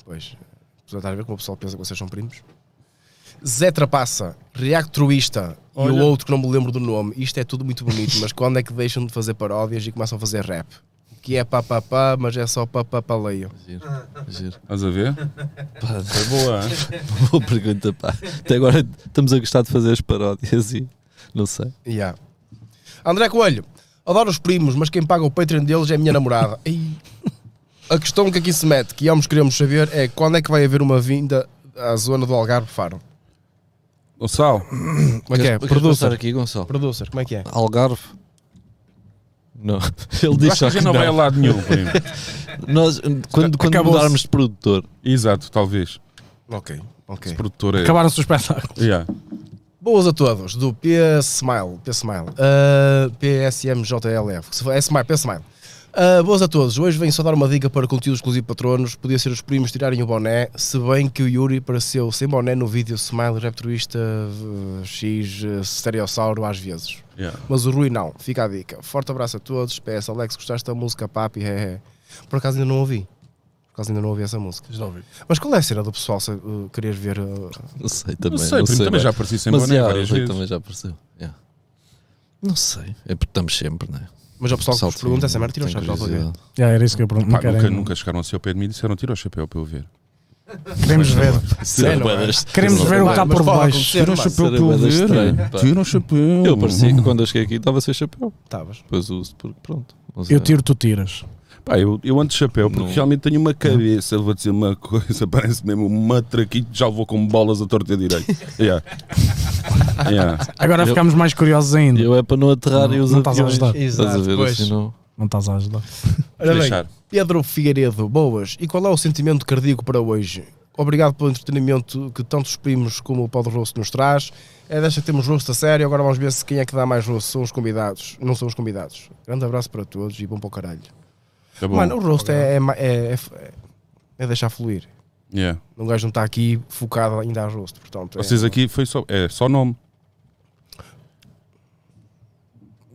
Pois, apesar de a ver como o pessoal pensa que vocês são primos. Zé Trapassa, Reactruísta e o Olha. outro que não me lembro do nome. Isto é tudo muito bonito, mas quando é que deixam de fazer paródias e começam a fazer rap? Que é pá pá pá, mas é só pá pá pá leio. Giro, giro. Estás a ver? Pá, É boa, hein? boa pergunta, pá. Até agora estamos a gostar de fazer as paródias e... Não sei. Yeah. André Coelho, adoro os primos, mas quem paga o Patreon deles é a minha namorada. Ei. A questão que aqui se mete, que ambos queremos saber, é quando é que vai haver uma vinda à zona do Algarve Faro? Gonçalo, Como é que é? Queres- queres passar Producer. aqui, Gonçalo? Producer, como é que é? Algarve? Não, ele eu diz acho que só a que gente não vai a não. lado nenhum, primo. Nós, quando, quando Acabou-se. mudarmos de produtor, Exato, talvez. Ok, Esse ok. produtor é. Acabaram-se os espetáculos. Yeah. Boas a todos, do P Smile, P Smile, uh, PSMJLF, que se for- é Smile, P Smile. Uh, boas a todos, hoje venho só dar uma dica para conteúdo exclusivo de patronos, podia ser os primos tirarem o boné, se bem que o Yuri pareceu sem boné no vídeo Smile Raptorista uh, X uh, Stereossauro às vezes. Yeah. Mas o Rui não, fica a dica. Forte abraço a todos, PS Alex, gostaste da música Papi? É, é. Por acaso ainda não ouvi, por acaso ainda não ouvi essa música. Já ouvi. Mas qual é a cena do pessoal se, uh, querer ver... uh, não sei também. Não sei, primo, também bem. já apareci sem Mas boné yeah, várias o Rui vezes. também já apareceu. yeah. Não sei, é porque estamos sempre, né? mas o pessoal que vos pergunta essa merda, tira o tem chapéu para ver. curiosidade. Já era isso que eu pergunto. Pá, Não querem- nunca, nunca chegaram assim ao pé de mim e disseram: tira o chapéu para eu ver. Queremos ver. Sério, não é? Bué deste- Queremos Sério, ver o que Mano, está mas por pode baixo. acontecer, Tira o mano. chapéu Sério, para eu bué deste ver. estranho, pá. Tira o chapéu. Eu parecia que quando eu cheguei aqui estava sem chapéu. Estavas. Depois uso, porque pronto. mas é. Eu tiro, tu tiras. Pá, eu, eu ando de chapéu porque Não. realmente tenho uma cabeça, vou dizer uma coisa, parece mesmo um matraquinho, já levou com bolas a torta e a direito. Yeah. Yeah. Agora Eu- ficámos mais curiosos ainda. Eu é para não aterrar Não- e os não estás a aviões. ajudar. Estás a Exato, ver pois. assim, não? Não estás a ajudar. Ora bem, Deixar. Pedro Figueiredo, boas. E qual é o sentimento cardíaco para hoje? Obrigado pelo entretenimento que tanto os primos como o Paulo Rosso nos traz. É desta que temos rosto a sério. Agora vamos ver se quem é que dá mais rosto. São os convidados. Não são os convidados. Grande abraço para todos e bom para o caralho. Tá bom. Mano, o rosto é, é, ma- é, é- é deixar fluir. Yeah. Um gajo não está aqui focado ainda a rosto. Portanto, é- Vocês aqui foi só, é só nome.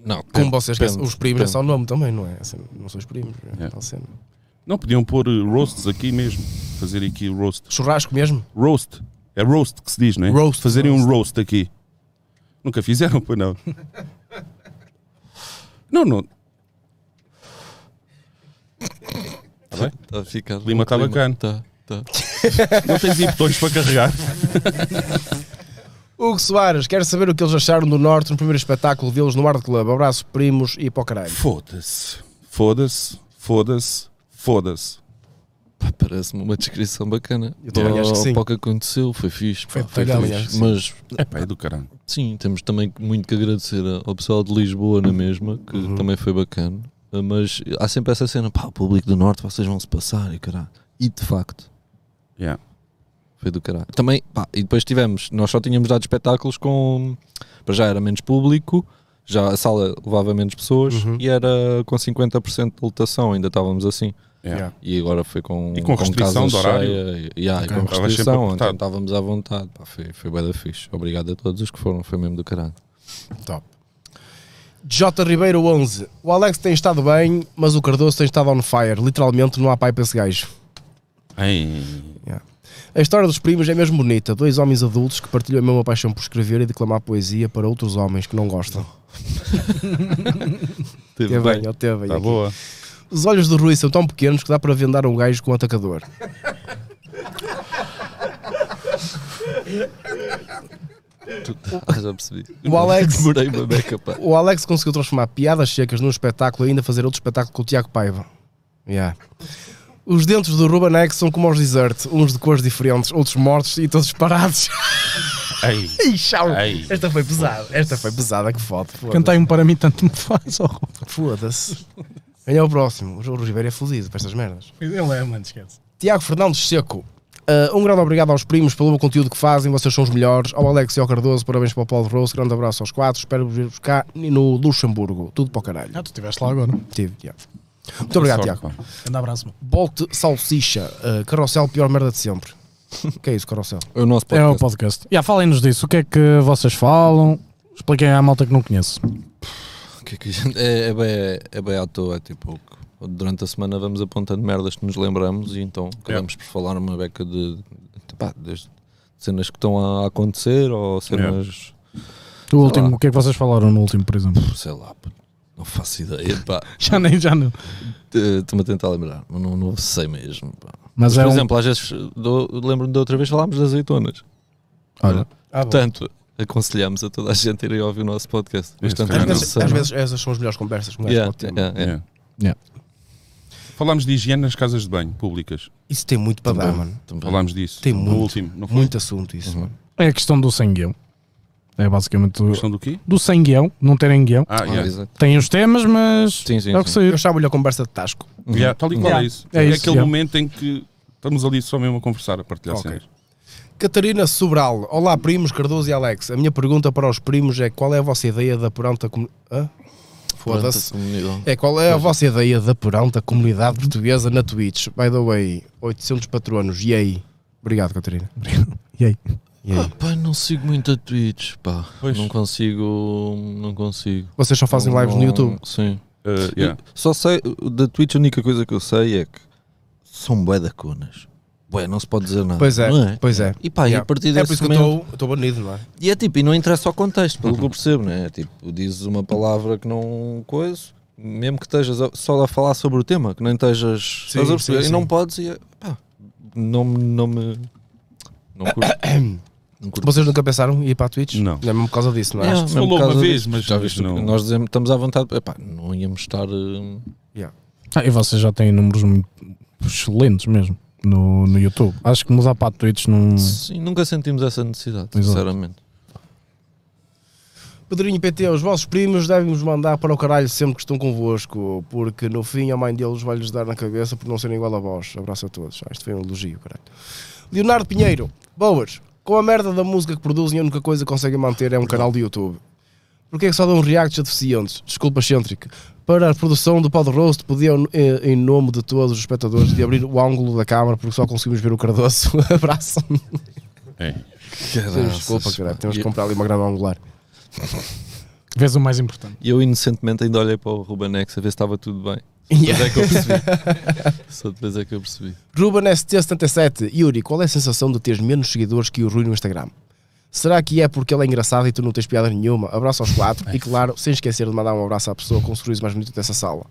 Não, Como vocês, que depende, os primos é depende. só o nome também, não é? Assim, não são os primos. é Yeah. tal cena. Não, podiam pôr eh, roasts aqui mesmo. Fazer aqui roast. Churrasco mesmo? Roast. É roast que se diz, não é? Roast, Fazerem um roast aqui. Nunca fizeram, pois não? não, não. Tá bem? Tá a ficar Lima tá bacana. Tá, tá. Não tens aí botões para carregar. Hugo Soares, quero saber o que eles acharam do Norte no primeiro espetáculo deles no Art Club. Abraço, primos e para o caralho. Foda-se. Foda-se. Foda-se. Foda-se. Pá, Parece-me uma descrição bacana. Eu também acho que sim. Para o que aconteceu, foi fixe. pá, Foi Foi, bacana, acho que fixe. sim. Mas É pá, é do caralho. Sim, temos também muito que agradecer ao pessoal de Lisboa na mesma, que Uhum. também foi bacana. Mas há sempre essa cena, pá, o público do Norte, vocês vão se passar e caralho. E de facto, Yeah. foi do caralho. Também, pá, e depois tivemos, nós só tínhamos dado espetáculos com. Para já era menos público, já a sala levava menos pessoas Uhum. e era com 50% de lotação, ainda estávamos assim. Yeah. E agora foi com. E com restrição casa de horário? cheia, e- yeah, e Ok. com Estava sempre restrição, apertado. então estávamos à vontade. Pá, foi, foi bué da fixe. Obrigado a todos os que foram, foi mesmo do caralho. Top. J. Ribeiro 11. O Alex tem estado bem, mas o Cardoso tem estado on fire. Literalmente não há pai para esse gajo. Ai. A história dos primos é mesmo bonita. Dois homens adultos que partilham a mesma paixão por escrever e declamar poesia para outros homens que não gostam. Teve Teve bem, ele teve bem Tá aqui. boa. Os olhos do Rui são tão pequenos que dá para vendar um gajo com um atacador. Ah, já percebi. O Alex- Demorei uma beca, pá. O Alex conseguiu transformar piadas secas num espetáculo e ainda fazer outro espetáculo com o Tiago Paiva. Yeah. Os dentes do Ruben X são como os desert, uns de cores diferentes, outros mortos e todos parados. Ai. Ih, chau. Ai. Esta foi Ah, pesada, esta foi pesada, que foda. Cantei um para mim tanto me faz. ó. Foda-se. Quem é o próximo? O João Ribeiro é fodido para estas merdas. Ele é, mano, esquece. Tiago Fernandes Seco. Ah, um grande obrigado aos primos pelo bom conteúdo que fazem, vocês são os melhores. Ao Alex e ao Cardoso, parabéns para o Paulo Rosso, grande abraço aos quatro. Espero vos ver buscar no Luxemburgo. Tudo para o caralho. Ah, tu estiveste lá agora. Tive, Tiago. Muito obrigado, Sorte, Tiago. pá. Grande abraço, mano. Bolte Salsicha, uh, carrossel, pior merda de sempre. O que é isso, carrossel? É o nosso É o podcast. podcast. Já falem-nos disso. O que é que vocês falam? Expliquem à malta que não conheço. Que é, que a gente- é, é bem, é bem à toa, é tipo. Durante a semana vamos apontando merdas que nos lembramos e então acabamos por falar uma beca de, de, pá, das cenas que estão a acontecer ou cenas. O último, lá. o que é que vocês falaram no último, por exemplo? Pô, Sei lá, pô, não faço ideia, pá. Já nem, já não. Eh, Estou-me a tentar lembrar, mas não, não sei mesmo. Pá. Mas Por é um... exemplo, às vezes dou- lembro-me da outra vez falámos das azeitonas. Oh. Olha, Ah, Portanto, aconselhamos a toda a gente a ir ouvir o nosso podcast. Isso, Bastante cara. um às, vezes, interessante. às vezes essas são as melhores conversas. que um gajo Yeah, pode ter. yeah, yeah. Yeah. Yeah. Falámos de higiene nas casas de banho públicas. Isso tem muito para dar, mano. Também. Uhum. Falámos disso. Tem no muito, último, não foi? Muito assunto isso, mano. é a questão do sem guião. É basicamente o- Questão do quê? do sem guião, não terem guião. Ah, Ah, yeah. exato. Tem os temas, mas Sim, sim, é o que sim. Uhum. sair. Eu chamo-lhe a conversa de Tasco. Yeah, Tal e qual Yeah. é isso. É É, isso, aquele yeah. momento em que estamos ali só mesmo a conversar, a partilhar Ok. cenas. Catarina Sobral. Olá, primos, Cardoso e Alex. A minha pergunta para os primos é qual é a vossa ideia da perante a comunidade... um Foda-se. É, qual é a vossa ideia da perante a comunidade portuguesa na Twitch? By the way, 800 patronos. E aí? Obrigado, Catarina. E aí? E aí? Ah, pá, não sigo muito a Twitch, pá. Pois. Não consigo, não consigo. Vocês só fazem lives no Não- YouTube? Sim. Uh, yeah. Só sei, da Twitch a única coisa que eu sei é que são bué da conas. Bué, não se pode dizer nada. Pois é, não é? pois é. E pá, e Yeah. a partir É desse por isso que momento... eu estou banido, não é? E é tipo, e não interessa ao contexto, pelo que eu percebo, né? É tipo, dizes uma palavra que não coisa, mesmo que estejas a- só a falar sobre o tema, que nem estejas. Sim, estás a perceber? sim, E não sim. podes e. é, Pá, não, me- não me. Não curto. não curto. Vocês nunca pensaram em ir para a Twitch? Não. É mesmo por causa disso, não é? Yeah, que se mesmo falou por causa uma vez, disso. mas já viste, não- nós dizemos, estamos à vontade, epá, não íamos estar. eh, Ah, e vocês já têm números muito excelentes mesmo no, no YouTube. Acho que mudar para a Twitch não. sim, nunca sentimos essa necessidade, Exato. sinceramente. Pedrinho e PT, os vossos primos devem-vos mandar para o caralho sempre que estão convosco, porque no fim a mãe deles vai-lhes dar na cabeça por não serem igual a vós. Abraço a todos. Ah, isto foi um elogio, caralho. Leonardo Pinheiro, boas. Com a merda da música que produzem, a única coisa que conseguem manter é um canal de YouTube. Porquê é que só dão reacts a deficientes? Desculpa, excêntrico. Para a produção do Pod Roast, podiam, eh, em nome de todos os espectadores, de abrir o ângulo da câmara, porque só conseguimos ver o Cardoso. Abraço. É. Caraças, Desculpa, pá. caralho. Temos que Ah, E- comprar ali uma grande angular. Vês o mais importante. E eu inocentemente ainda olhei para o Rubanex a ver se estava tudo bem. Yeah. Depois é que eu percebi. Só depois é que eu percebi. Ruben ST77, Yuri, qual é a sensação de teres menos seguidores que o Rui no Instagram? Será que é porque ele é engraçado e tu não tens piada nenhuma? Abraço aos quatro e, claro, sem esquecer de mandar um abraço à pessoa com o sorriso mais bonito dessa sala.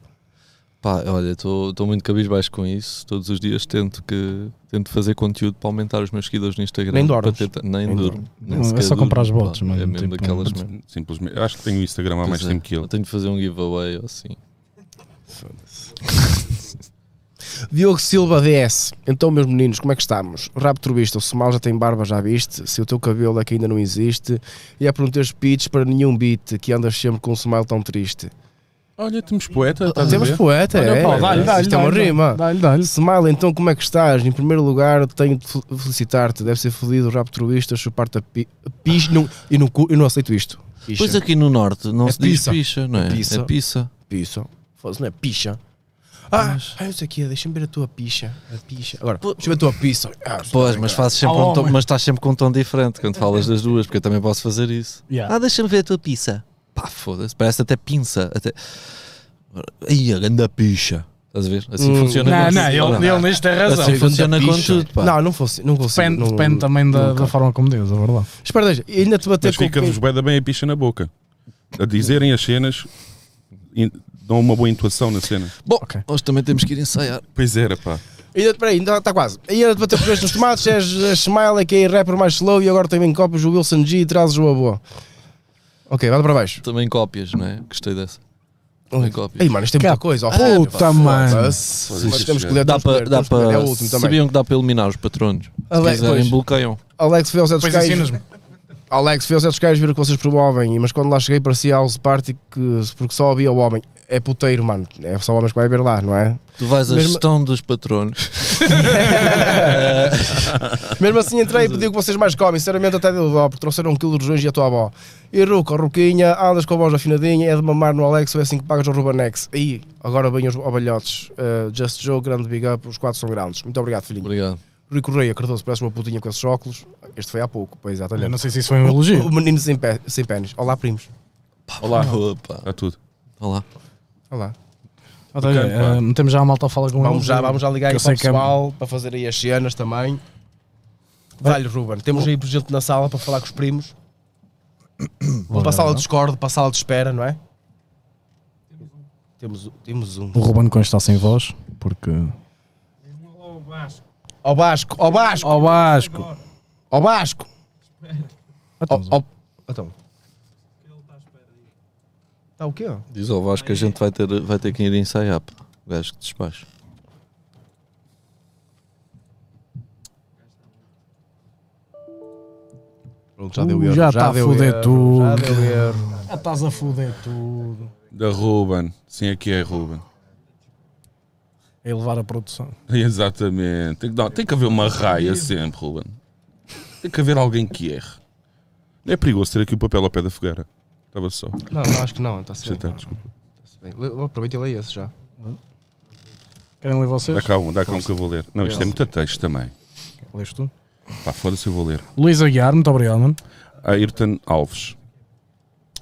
Pá, olha, estou muito cabisbaixo com isso. Todos os dias tento, que, tento fazer conteúdo para aumentar os meus seguidores no Instagram. Nem para dormes? tentar- nem, Nem durmo. Nem Não, é sequer só comprar durmo, os pá. bots, mano, É mesmo tipo, daquelas. não- mesmo. Simplesmente. Acho que tenho o Instagram há mais Pois é, tempo que ele. tenho de fazer um giveaway ou assim. Diogo Silva DS, então, meus meninos, como é que estamos? Rap turbista, o Somal já tem barba, já viste? Se o teu cabelo é que ainda não existe e é por não teres pitch para nenhum beat que andas sempre com um smile tão triste. Olha, temos poeta, estás a Temos ver? poeta, é? Pá, dá-lhe, dá-lhe, Isto é uma dá-lhe, rima. Dá-lhe, dá-lhe. Smile, então como é que estás? Em primeiro lugar, tenho de fel- felicitar-te. Deve ser fodido o rap turista chupar-te a pi... pis... não, eu, não, cu- eu não aceito isto. Picha. Pois aqui no Norte não É se diz pizza. picha, não é? É pizza. É pizza. Picha. Foda-se, não é picha. Ah, ah, eu sei aqui, deixa-me ver a tua picha. A picha. Agora, deixa-me ver a tua picha. Ah, Pois, mas, fazes sempre Ah, um tom, homem. mas estás sempre com um tom diferente quando falas das duas, porque eu também posso fazer isso. Yeah. Ah, deixa-me ver a tua pizza. Pá, foda-se, parece até pinça. Até... Ih, a grande picha. Estás a ver? Assim Hum. funciona. Não, com- não, ele, ele nisto tem razão. Assim funciona com picha. tudo, pá. Não, não, fosse, não consigo. Depende, não- depende também da, nunca. da forma como dizes, é verdade. Espera, deixa. Ainda te bater Mas com fica-vos bué da bem a picha na boca. A dizerem as cenas, in- dão uma boa intuação na cena. Bom, Ok. hoje também temos que ir ensaiar. Pois era, pá. Ainda, peraí, ainda está quase. Ainda te bater por dois nos tomates, és és Smile, que é rapper mais slow e agora também copias o Wilson G e trazes o avô. Ok, vai para baixo. Também cópias, não é? Gostei dessa. Também cópias. Ei, mano, isto é muita coisa. ó, Puta, pá, mano. foda-se. Foda-se, Mas temos que ler, Dá temos que para. ler, Dá temos que ler. para É o último também. sabiam que dá para eliminar os patronos. Se Alex, quiserem, pois. bloqueiam. Alex foi aos Etos Depois Cais. ensinas-me. assim Alex foi aos Etos Cais ver o que vocês promovem, mas quando lá cheguei parecia House Party que, porque só havia o homem. É puteiro, mano. É só homens que vai ver lá, não é? Tu vais à Mesmo- gestão dos patronos. Mesmo assim entrei e pedi o que vocês mais comem. Sinceramente até deu dó, porque trouxeram um quilo de rojões e a tua avó. E Ruca, Ruquinha, andas com a voz afinadinha, é de mamar no Alex, ou é assim que pagas o Rubanex. Aí, agora vêm os obalhotes. Uh, Just Joe, grande big up, os quatro são grandes. Muito obrigado, filhinho. Obrigado. Rui Correia, Cardoso, parece uma putinha com esses óculos. Este foi há pouco, pois Eu exatamente. não sei se isso foi um O elogio. menino sem, pé, sem pênis. Olá, primos. Olá. Boa, pá. Há tudo. Olá. Olá. Ou seja, Bacana, pá. eh, Metemos já a malta a falar com Vamos eles. já, vamos já ligar aí Eu para sei o que é- pessoal, para fazer aí as cenas também. Dá-lhe, Ruben. Temos aí por gente na sala para falar com os primos. Vamos para a sala de Discord, para a sala de espera, não é? Temos, temos um. O Ruben Cunha está sem voz, porque... Ó Basco, ó Basco, Ó Vasco! ó Basco. Então, Ó, ó... Então. Está o quê? ó? Diz ao Vasco que a gente vai ter, vai ter que ir ensaiar. pá. O gajo que despacho. Pronto, já deu Uh, erro, já já está a deu foder erro, tudo. Já já deu deu erro. já estás a foder tudo. Da Ruben. Sim, aqui é Ruben. A É elevar a produção. Exatamente. Tem que, dar- tem que haver uma raia sempre, Ruben. Tem que haver alguém que erre. Não é perigoso ter aqui o papel ao pé da fogueira. Estava só. Não, não, acho que não, está-se Deixa bem. eu estar, desculpa. Está-se bem. Eu Aproveito e leio esse já. Querem ler Dá vocês? cá um, dá cá um que eu vou ler. Não, isto é muito texto também. Lês tu. Pá, foda-se, eu vou ler. Luís Aguiar, muito obrigado, mano. Ayrton Alves.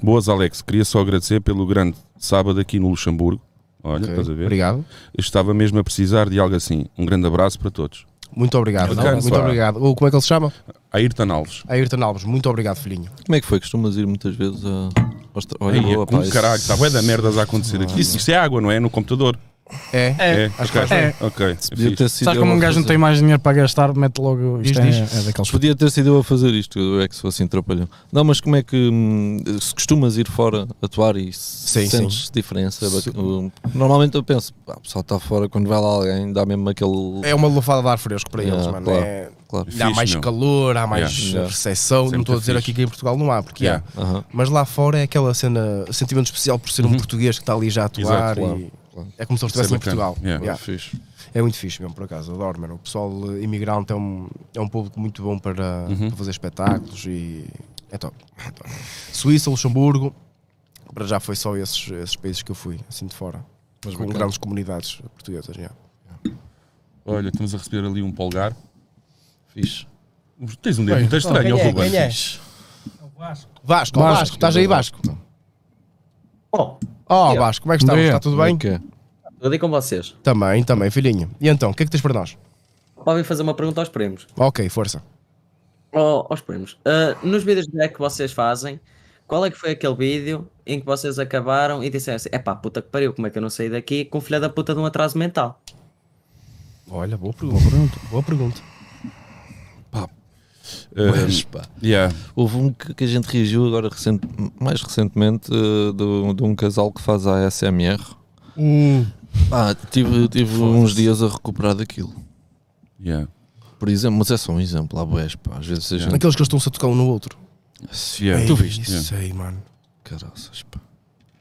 Boas, Alex. Queria só agradecer pelo grande sábado aqui no Luxemburgo. Olha, estás a ver? Obrigado. Eu estava mesmo a precisar de algo assim. Um grande abraço para todos. Muito obrigado. Bacana, muito pá. obrigado. O, como é que ele se chama? Ayrton Alves. Ayrton Alves. Muito obrigado, filhinho. Como é que foi? Costumas ir muitas vezes a. aos tra- Olha, Ei, é boa, pá, com tá isso- caralho, está bué da merda a acontecer aqui. Isto, isto é água, não é? No computador. É? É, acho que ok. é. Ok, Podia fixe. ter sido Sabe eu como a um gajo não fazer- tem mais dinheiro para gastar, mete logo. Isto Diz, é, diz. é daqueles. Podia ter sido eu a fazer isto, eu é que se fosse um trapalhão. Não, mas como é que hum, se costumas ir fora atuar e se Sim, sentes diferença? Bac- hum, Normalmente eu penso, pá, o pessoal está fora, quando vai lá alguém, dá mesmo aquele. É uma lufada de ar fresco para eles, Yeah, mano. claro. É- Claro. Há Fixe, mais meu. calor, há mais Yeah. Yeah. recessão. Sempre não estou a é dizer fixe. aqui que em Portugal não há, porque Yeah. há. Aham. Mas lá fora é aquela cena, sentimento especial por ser um português que está ali já a atuar Uhum. Exato, e claro. é como se eu Isso é estivesse em bacana. Portugal. Yeah. Yeah. Fixe. É muito fixe mesmo, por acaso, adoro, mano. O pessoal eh, imigrante é um, é um público muito bom para, para fazer espetáculos e é top. É top. Suíça, Luxemburgo, para já foi só esses, esses países que eu fui, assim de fora. Mas com bacana. grandes comunidades portuguesas, yeah. Olha, estamos a receber ali um polgar. Fixe. Tens um dedo muito estranho, ó quem é? Ruben. Quem é? Vasco, Vasco. Vasco, estás aí, Vasco? Bom, Oh, Yeah. Vasco, como é que estamos? Bom dia. Está tudo bem? Como é que é? estou ali com vocês. Também, também, filhinho. E então, o que é que tens para nós? Podem fazer uma pergunta aos prêmios. Ok, força. Ó- aos prêmios. Ah, nos vídeos de deck que vocês fazem, qual é que foi aquele vídeo em que vocês acabaram e disseram assim: epá, puta que pariu, como é que eu não saí daqui com filha da puta de um atraso mental? Olha, boa pergunta. Boa pergunta. Ah, Pois, pá. yeah. Houve um que, que a gente reagiu agora recente, mais recentemente eh, do- de, um casal que faz a ASMR. Hum. Ah, tive, tive uns dias a recuperar daquilo. Yeah. Por exemplo, mas é só um exemplo, lá boés, pá. Às vezes a gente. Aqueles que eles estão-se a tocar um no outro. Yeah. Ei, Tu viste? Yeah. Sei, mano. Caraças, pá.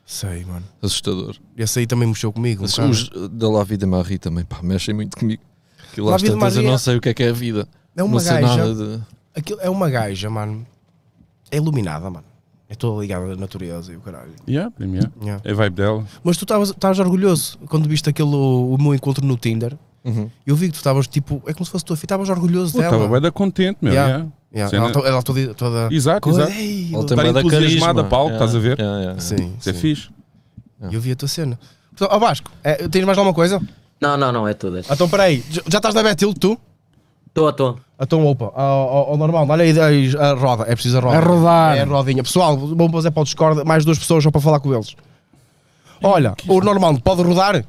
Sei, mano. Assustador. Esse aí também mexeu comigo. Um Mas bocado. os da La Vida Marie também, pá, mexem muito comigo. Que lá La às Vida tantas eu Marie não é- sei o que é que é a vida. É uma não sei gaja. nada de. Aquilo é uma gaja, mano. É iluminada, mano. É toda ligada à natureza e o caralho. Yeah, primo, yeah. Yeah. É a vibe dela. Mas tu estavas- estavas orgulhoso quando viste aquele o, o meu encontro no Tinder. Uhum. Eu vi que tu estavas tipo. É como se fosse tua filha. Estavas orgulhoso Pô, Estava dela. bem da contente, meu. Yeah. yeah. Yeah, Cena- Ela, to- ela toda. toda... Exato, Coisa- exato. Ei, Ela eu- Estar tem bué da entusiasmada, carisma. Paulo, É, estás a ver? é, é, é. Sim, Isso é sim. fixe. Eu vi a tua cena. Ó Vasco, é, tens mais alguma coisa? Não, não, não, é tudo. Ah, Então peraí, já já estás na Betil, tu? Estou à toa. Ah, Então opa, ao normal, olha aí, aí a roda, é preciso a roda. A rodar. É a rodinha. Pessoal, vamos fazer para o Discord mais duas pessoas só para falar com eles. Olha, o normal pode rodar?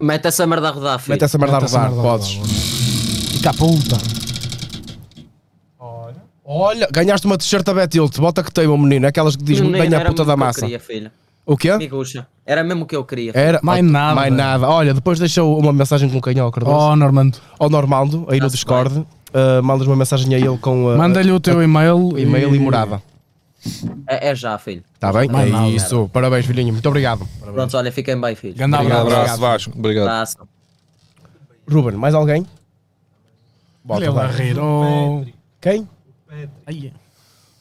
Mete essa merda a rodar, filho. Mete essa merda a Mete essa rodar, merda a podes. Fica puta. Olha, ganhaste uma t-shirt da Betilt, bota que tem, meu menino, aquelas que diz Nem bem a era puta da mesmo o que eu massa. É? Queria, filho. O quê? Miguxa. Era mesmo o que eu queria. Era? Mais nada. Mais nada. Olha, depois deixou uma mensagem com quem é o Cardoso. Oh, Normando. Ao Normando, aí no Tá-se Discord, ah, mandas uma mensagem a ele com ah, Manda-lhe o teu e-mail. e-mail e morada. É, é já, filho. Está bem? Mais é nada. isso. Parabéns, filhinho. Muito obrigado. Pronto, olha, fiquem bem, filho. Grande Obrigado. abraço. Abraço, Vasco. Obrigado. Abraço. Ruben, mais alguém? Bota, Ele vai. a rir. Oh. Quem? Ai,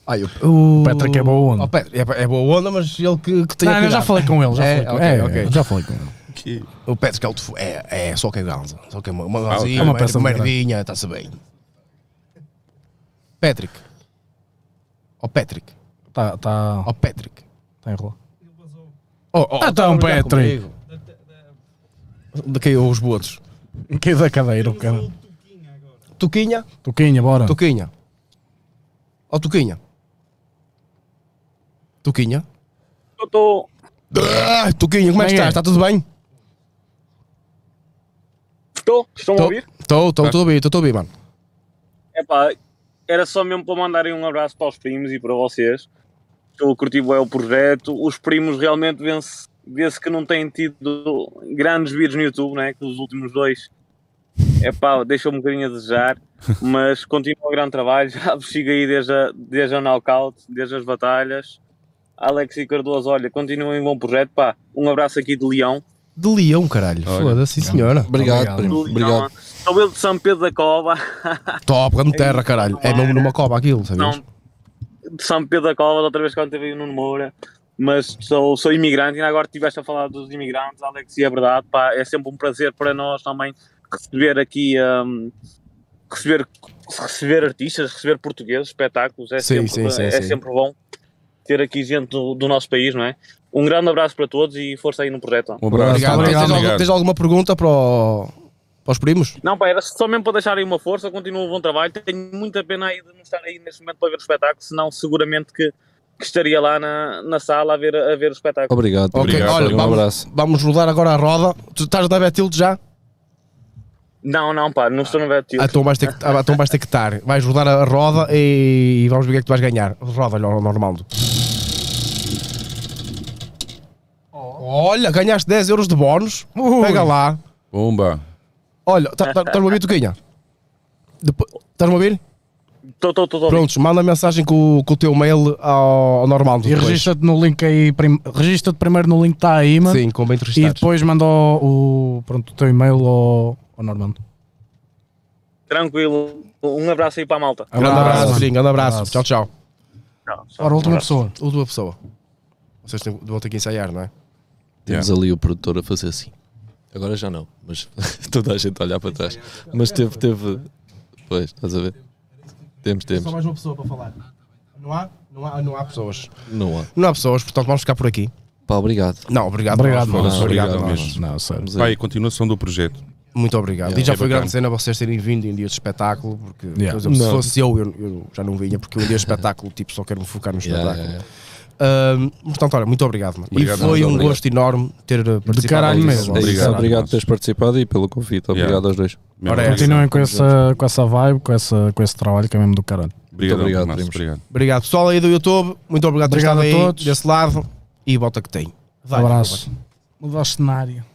Ai, o... O Patrick é boa onda. O Patrick é, é boa onda, mas ele que, que tem Não, a eu já cuidar. falei com ele. Já É, falei com ok, ele. É, ok. Já falei com ele. O Patrick é, o tefo- é, é só que é ganza. Só que é uma, uma ok. ganzinha, É uma uma, peça uma de verdade. merdinha, está-se bem. Patrick. Ó Patrick. Tá, tá. Ó Patrick. Tá enrolado. Ó, ó, Ah, tá então, a brincar Patrick. comigo. De quem os botos? Quem da cadeira, o cara. Tuquinha? Toquinha, bora. Tuquinha. Ó Tuquinha. Tuquinha. Estou. Ah, Tuquinha, como é que Bem, estás? é. Está tudo bem? Estou? Estão a ouvir? Estou, estou, estou a ouvir, estou a ouvir, mano. Epá, era só mesmo para mandarem um abraço para os primos e para vocês. Eu curti bem o projeto. Os primos realmente vê-se vê-se que não têm tido grandes vídeos no YouTube, né? Que os últimos dois. Epá, deixou-me um bocadinho a desejar. Mas continua o grande trabalho. Já vos sigo aí desde a, desde a knockout, desde as batalhas. Alex e Cardoso, olha, continuem um bom projeto. Pá, um abraço aqui de Leão. De leão, caralho. Olha. Foda-se, sim, senhora. Obrigado, Obrigado. primo. Do Leão. Obrigado. Sou eu de São Pedro da Cova. Top, grande terra, caralho. É mesmo numa cova aquilo, sabias? Não, de São Pedro da Cova, da outra vez quando teve aí o Nuno Moura, mas sou, sou imigrante, ainda agora estiveste a falar dos imigrantes, Alex, e é verdade, pá, é sempre um prazer para nós também receber aqui, hum, receber, receber artistas, receber portugueses, espetáculos, é, Sim, sim, sempre, sim, é sim. sempre bom ter aqui gente do, do nosso país, não é? Um grande abraço para todos e força aí no projeto. Um abraço. Obrigado. Obrigado. Tens, algum- Obrigado. tens alguma pergunta para, o- para os primos? Não, pá, era só mesmo para deixar aí uma força, continua o bom trabalho. Tenho muita pena aí de não estar aí neste momento para ver o espetáculo, senão seguramente que, que estaria lá na, na sala a ver, a ver o espetáculo. Obrigado. Ok, Obrigado, olha, um vamos, abraço. vamos mudar agora a roda. Tu estás a dar Betilt já? Não, não, pá, não estou no Betil. Ah, então vais ter que, ah, então vais ter que estar. Vais rodar a roda e, e vamos ver o que é que tu vais ganhar. Roda-lhe ao Normaldo. Olha, ganhaste 10 euros de bónus. Pega lá. Bomba. Olha, tá, estás-me a ouvir, Tuquinha? Depo- Estás-me a ouvir? Estou, estou, estou. Prontos, manda mensagem com, o- com o teu mail ao, ao Normaldo. E depois. registra-te no link aí. Prim... Registra-te primeiro no link que está aí, mano. Sim, com bem E registados. depois manda o, o- pronto, o teu e-mail ao, ao Normando. Tranquilo. Um abraço aí para a malta. Grande abraço, mano. Sim, grande abraço. Abraço. Tchau, tchau. Tchau, tchau. Ora, a última Um abraço. pessoa. Última pessoa. Vocês têm- vão ter que ensaiar, não é? Temos ali o produtor a fazer assim. Agora já não, mas toda a gente a olhar para trás. Mas teve, teve. Pois, estás a ver? Temos, temos. mais uma pessoa para falar. Não há? Não há, não há pessoas. Não há. Não há pessoas, portanto vamos ficar por aqui. Pá, obrigado. Não, obrigado. Obrigado, nós, mano. obrigado, Obrigado nós. mesmo. Não, sério. Vamos aí. Vai, a continuação do projeto. Muito obrigado. e já é foi bacana. grande cena vocês terem vindo em dias de espetáculo, porque por Yeah. exemplo, se Não. fosse eu, eu, eu já não vinha, porque eu em dias de espetáculo tipo, só quero me focar no Yeah, espetáculo. yeah, Ahm, portanto, olha, muito obrigado, mano. Obrigado, e foi nós, um obrigado. gosto enorme ter eh, participado. caralho disso. mesmo. É isso, Obrigado. obrigado, por teres participado e pelo convite. Obrigado Yeah. aos dois. Ora, obrigado. Continuem com essa, com essa vibe, com, essa, com esse trabalho que é mesmo do caralho. Obrigado, Muito obrigado, Tomás, primos. obrigado. Obrigado, pessoal aí do YouTube. Muito obrigado, por Obrigado estarem a aí todos. desse lado e bota que tem. Vai, Abraço. Mudar o cenário.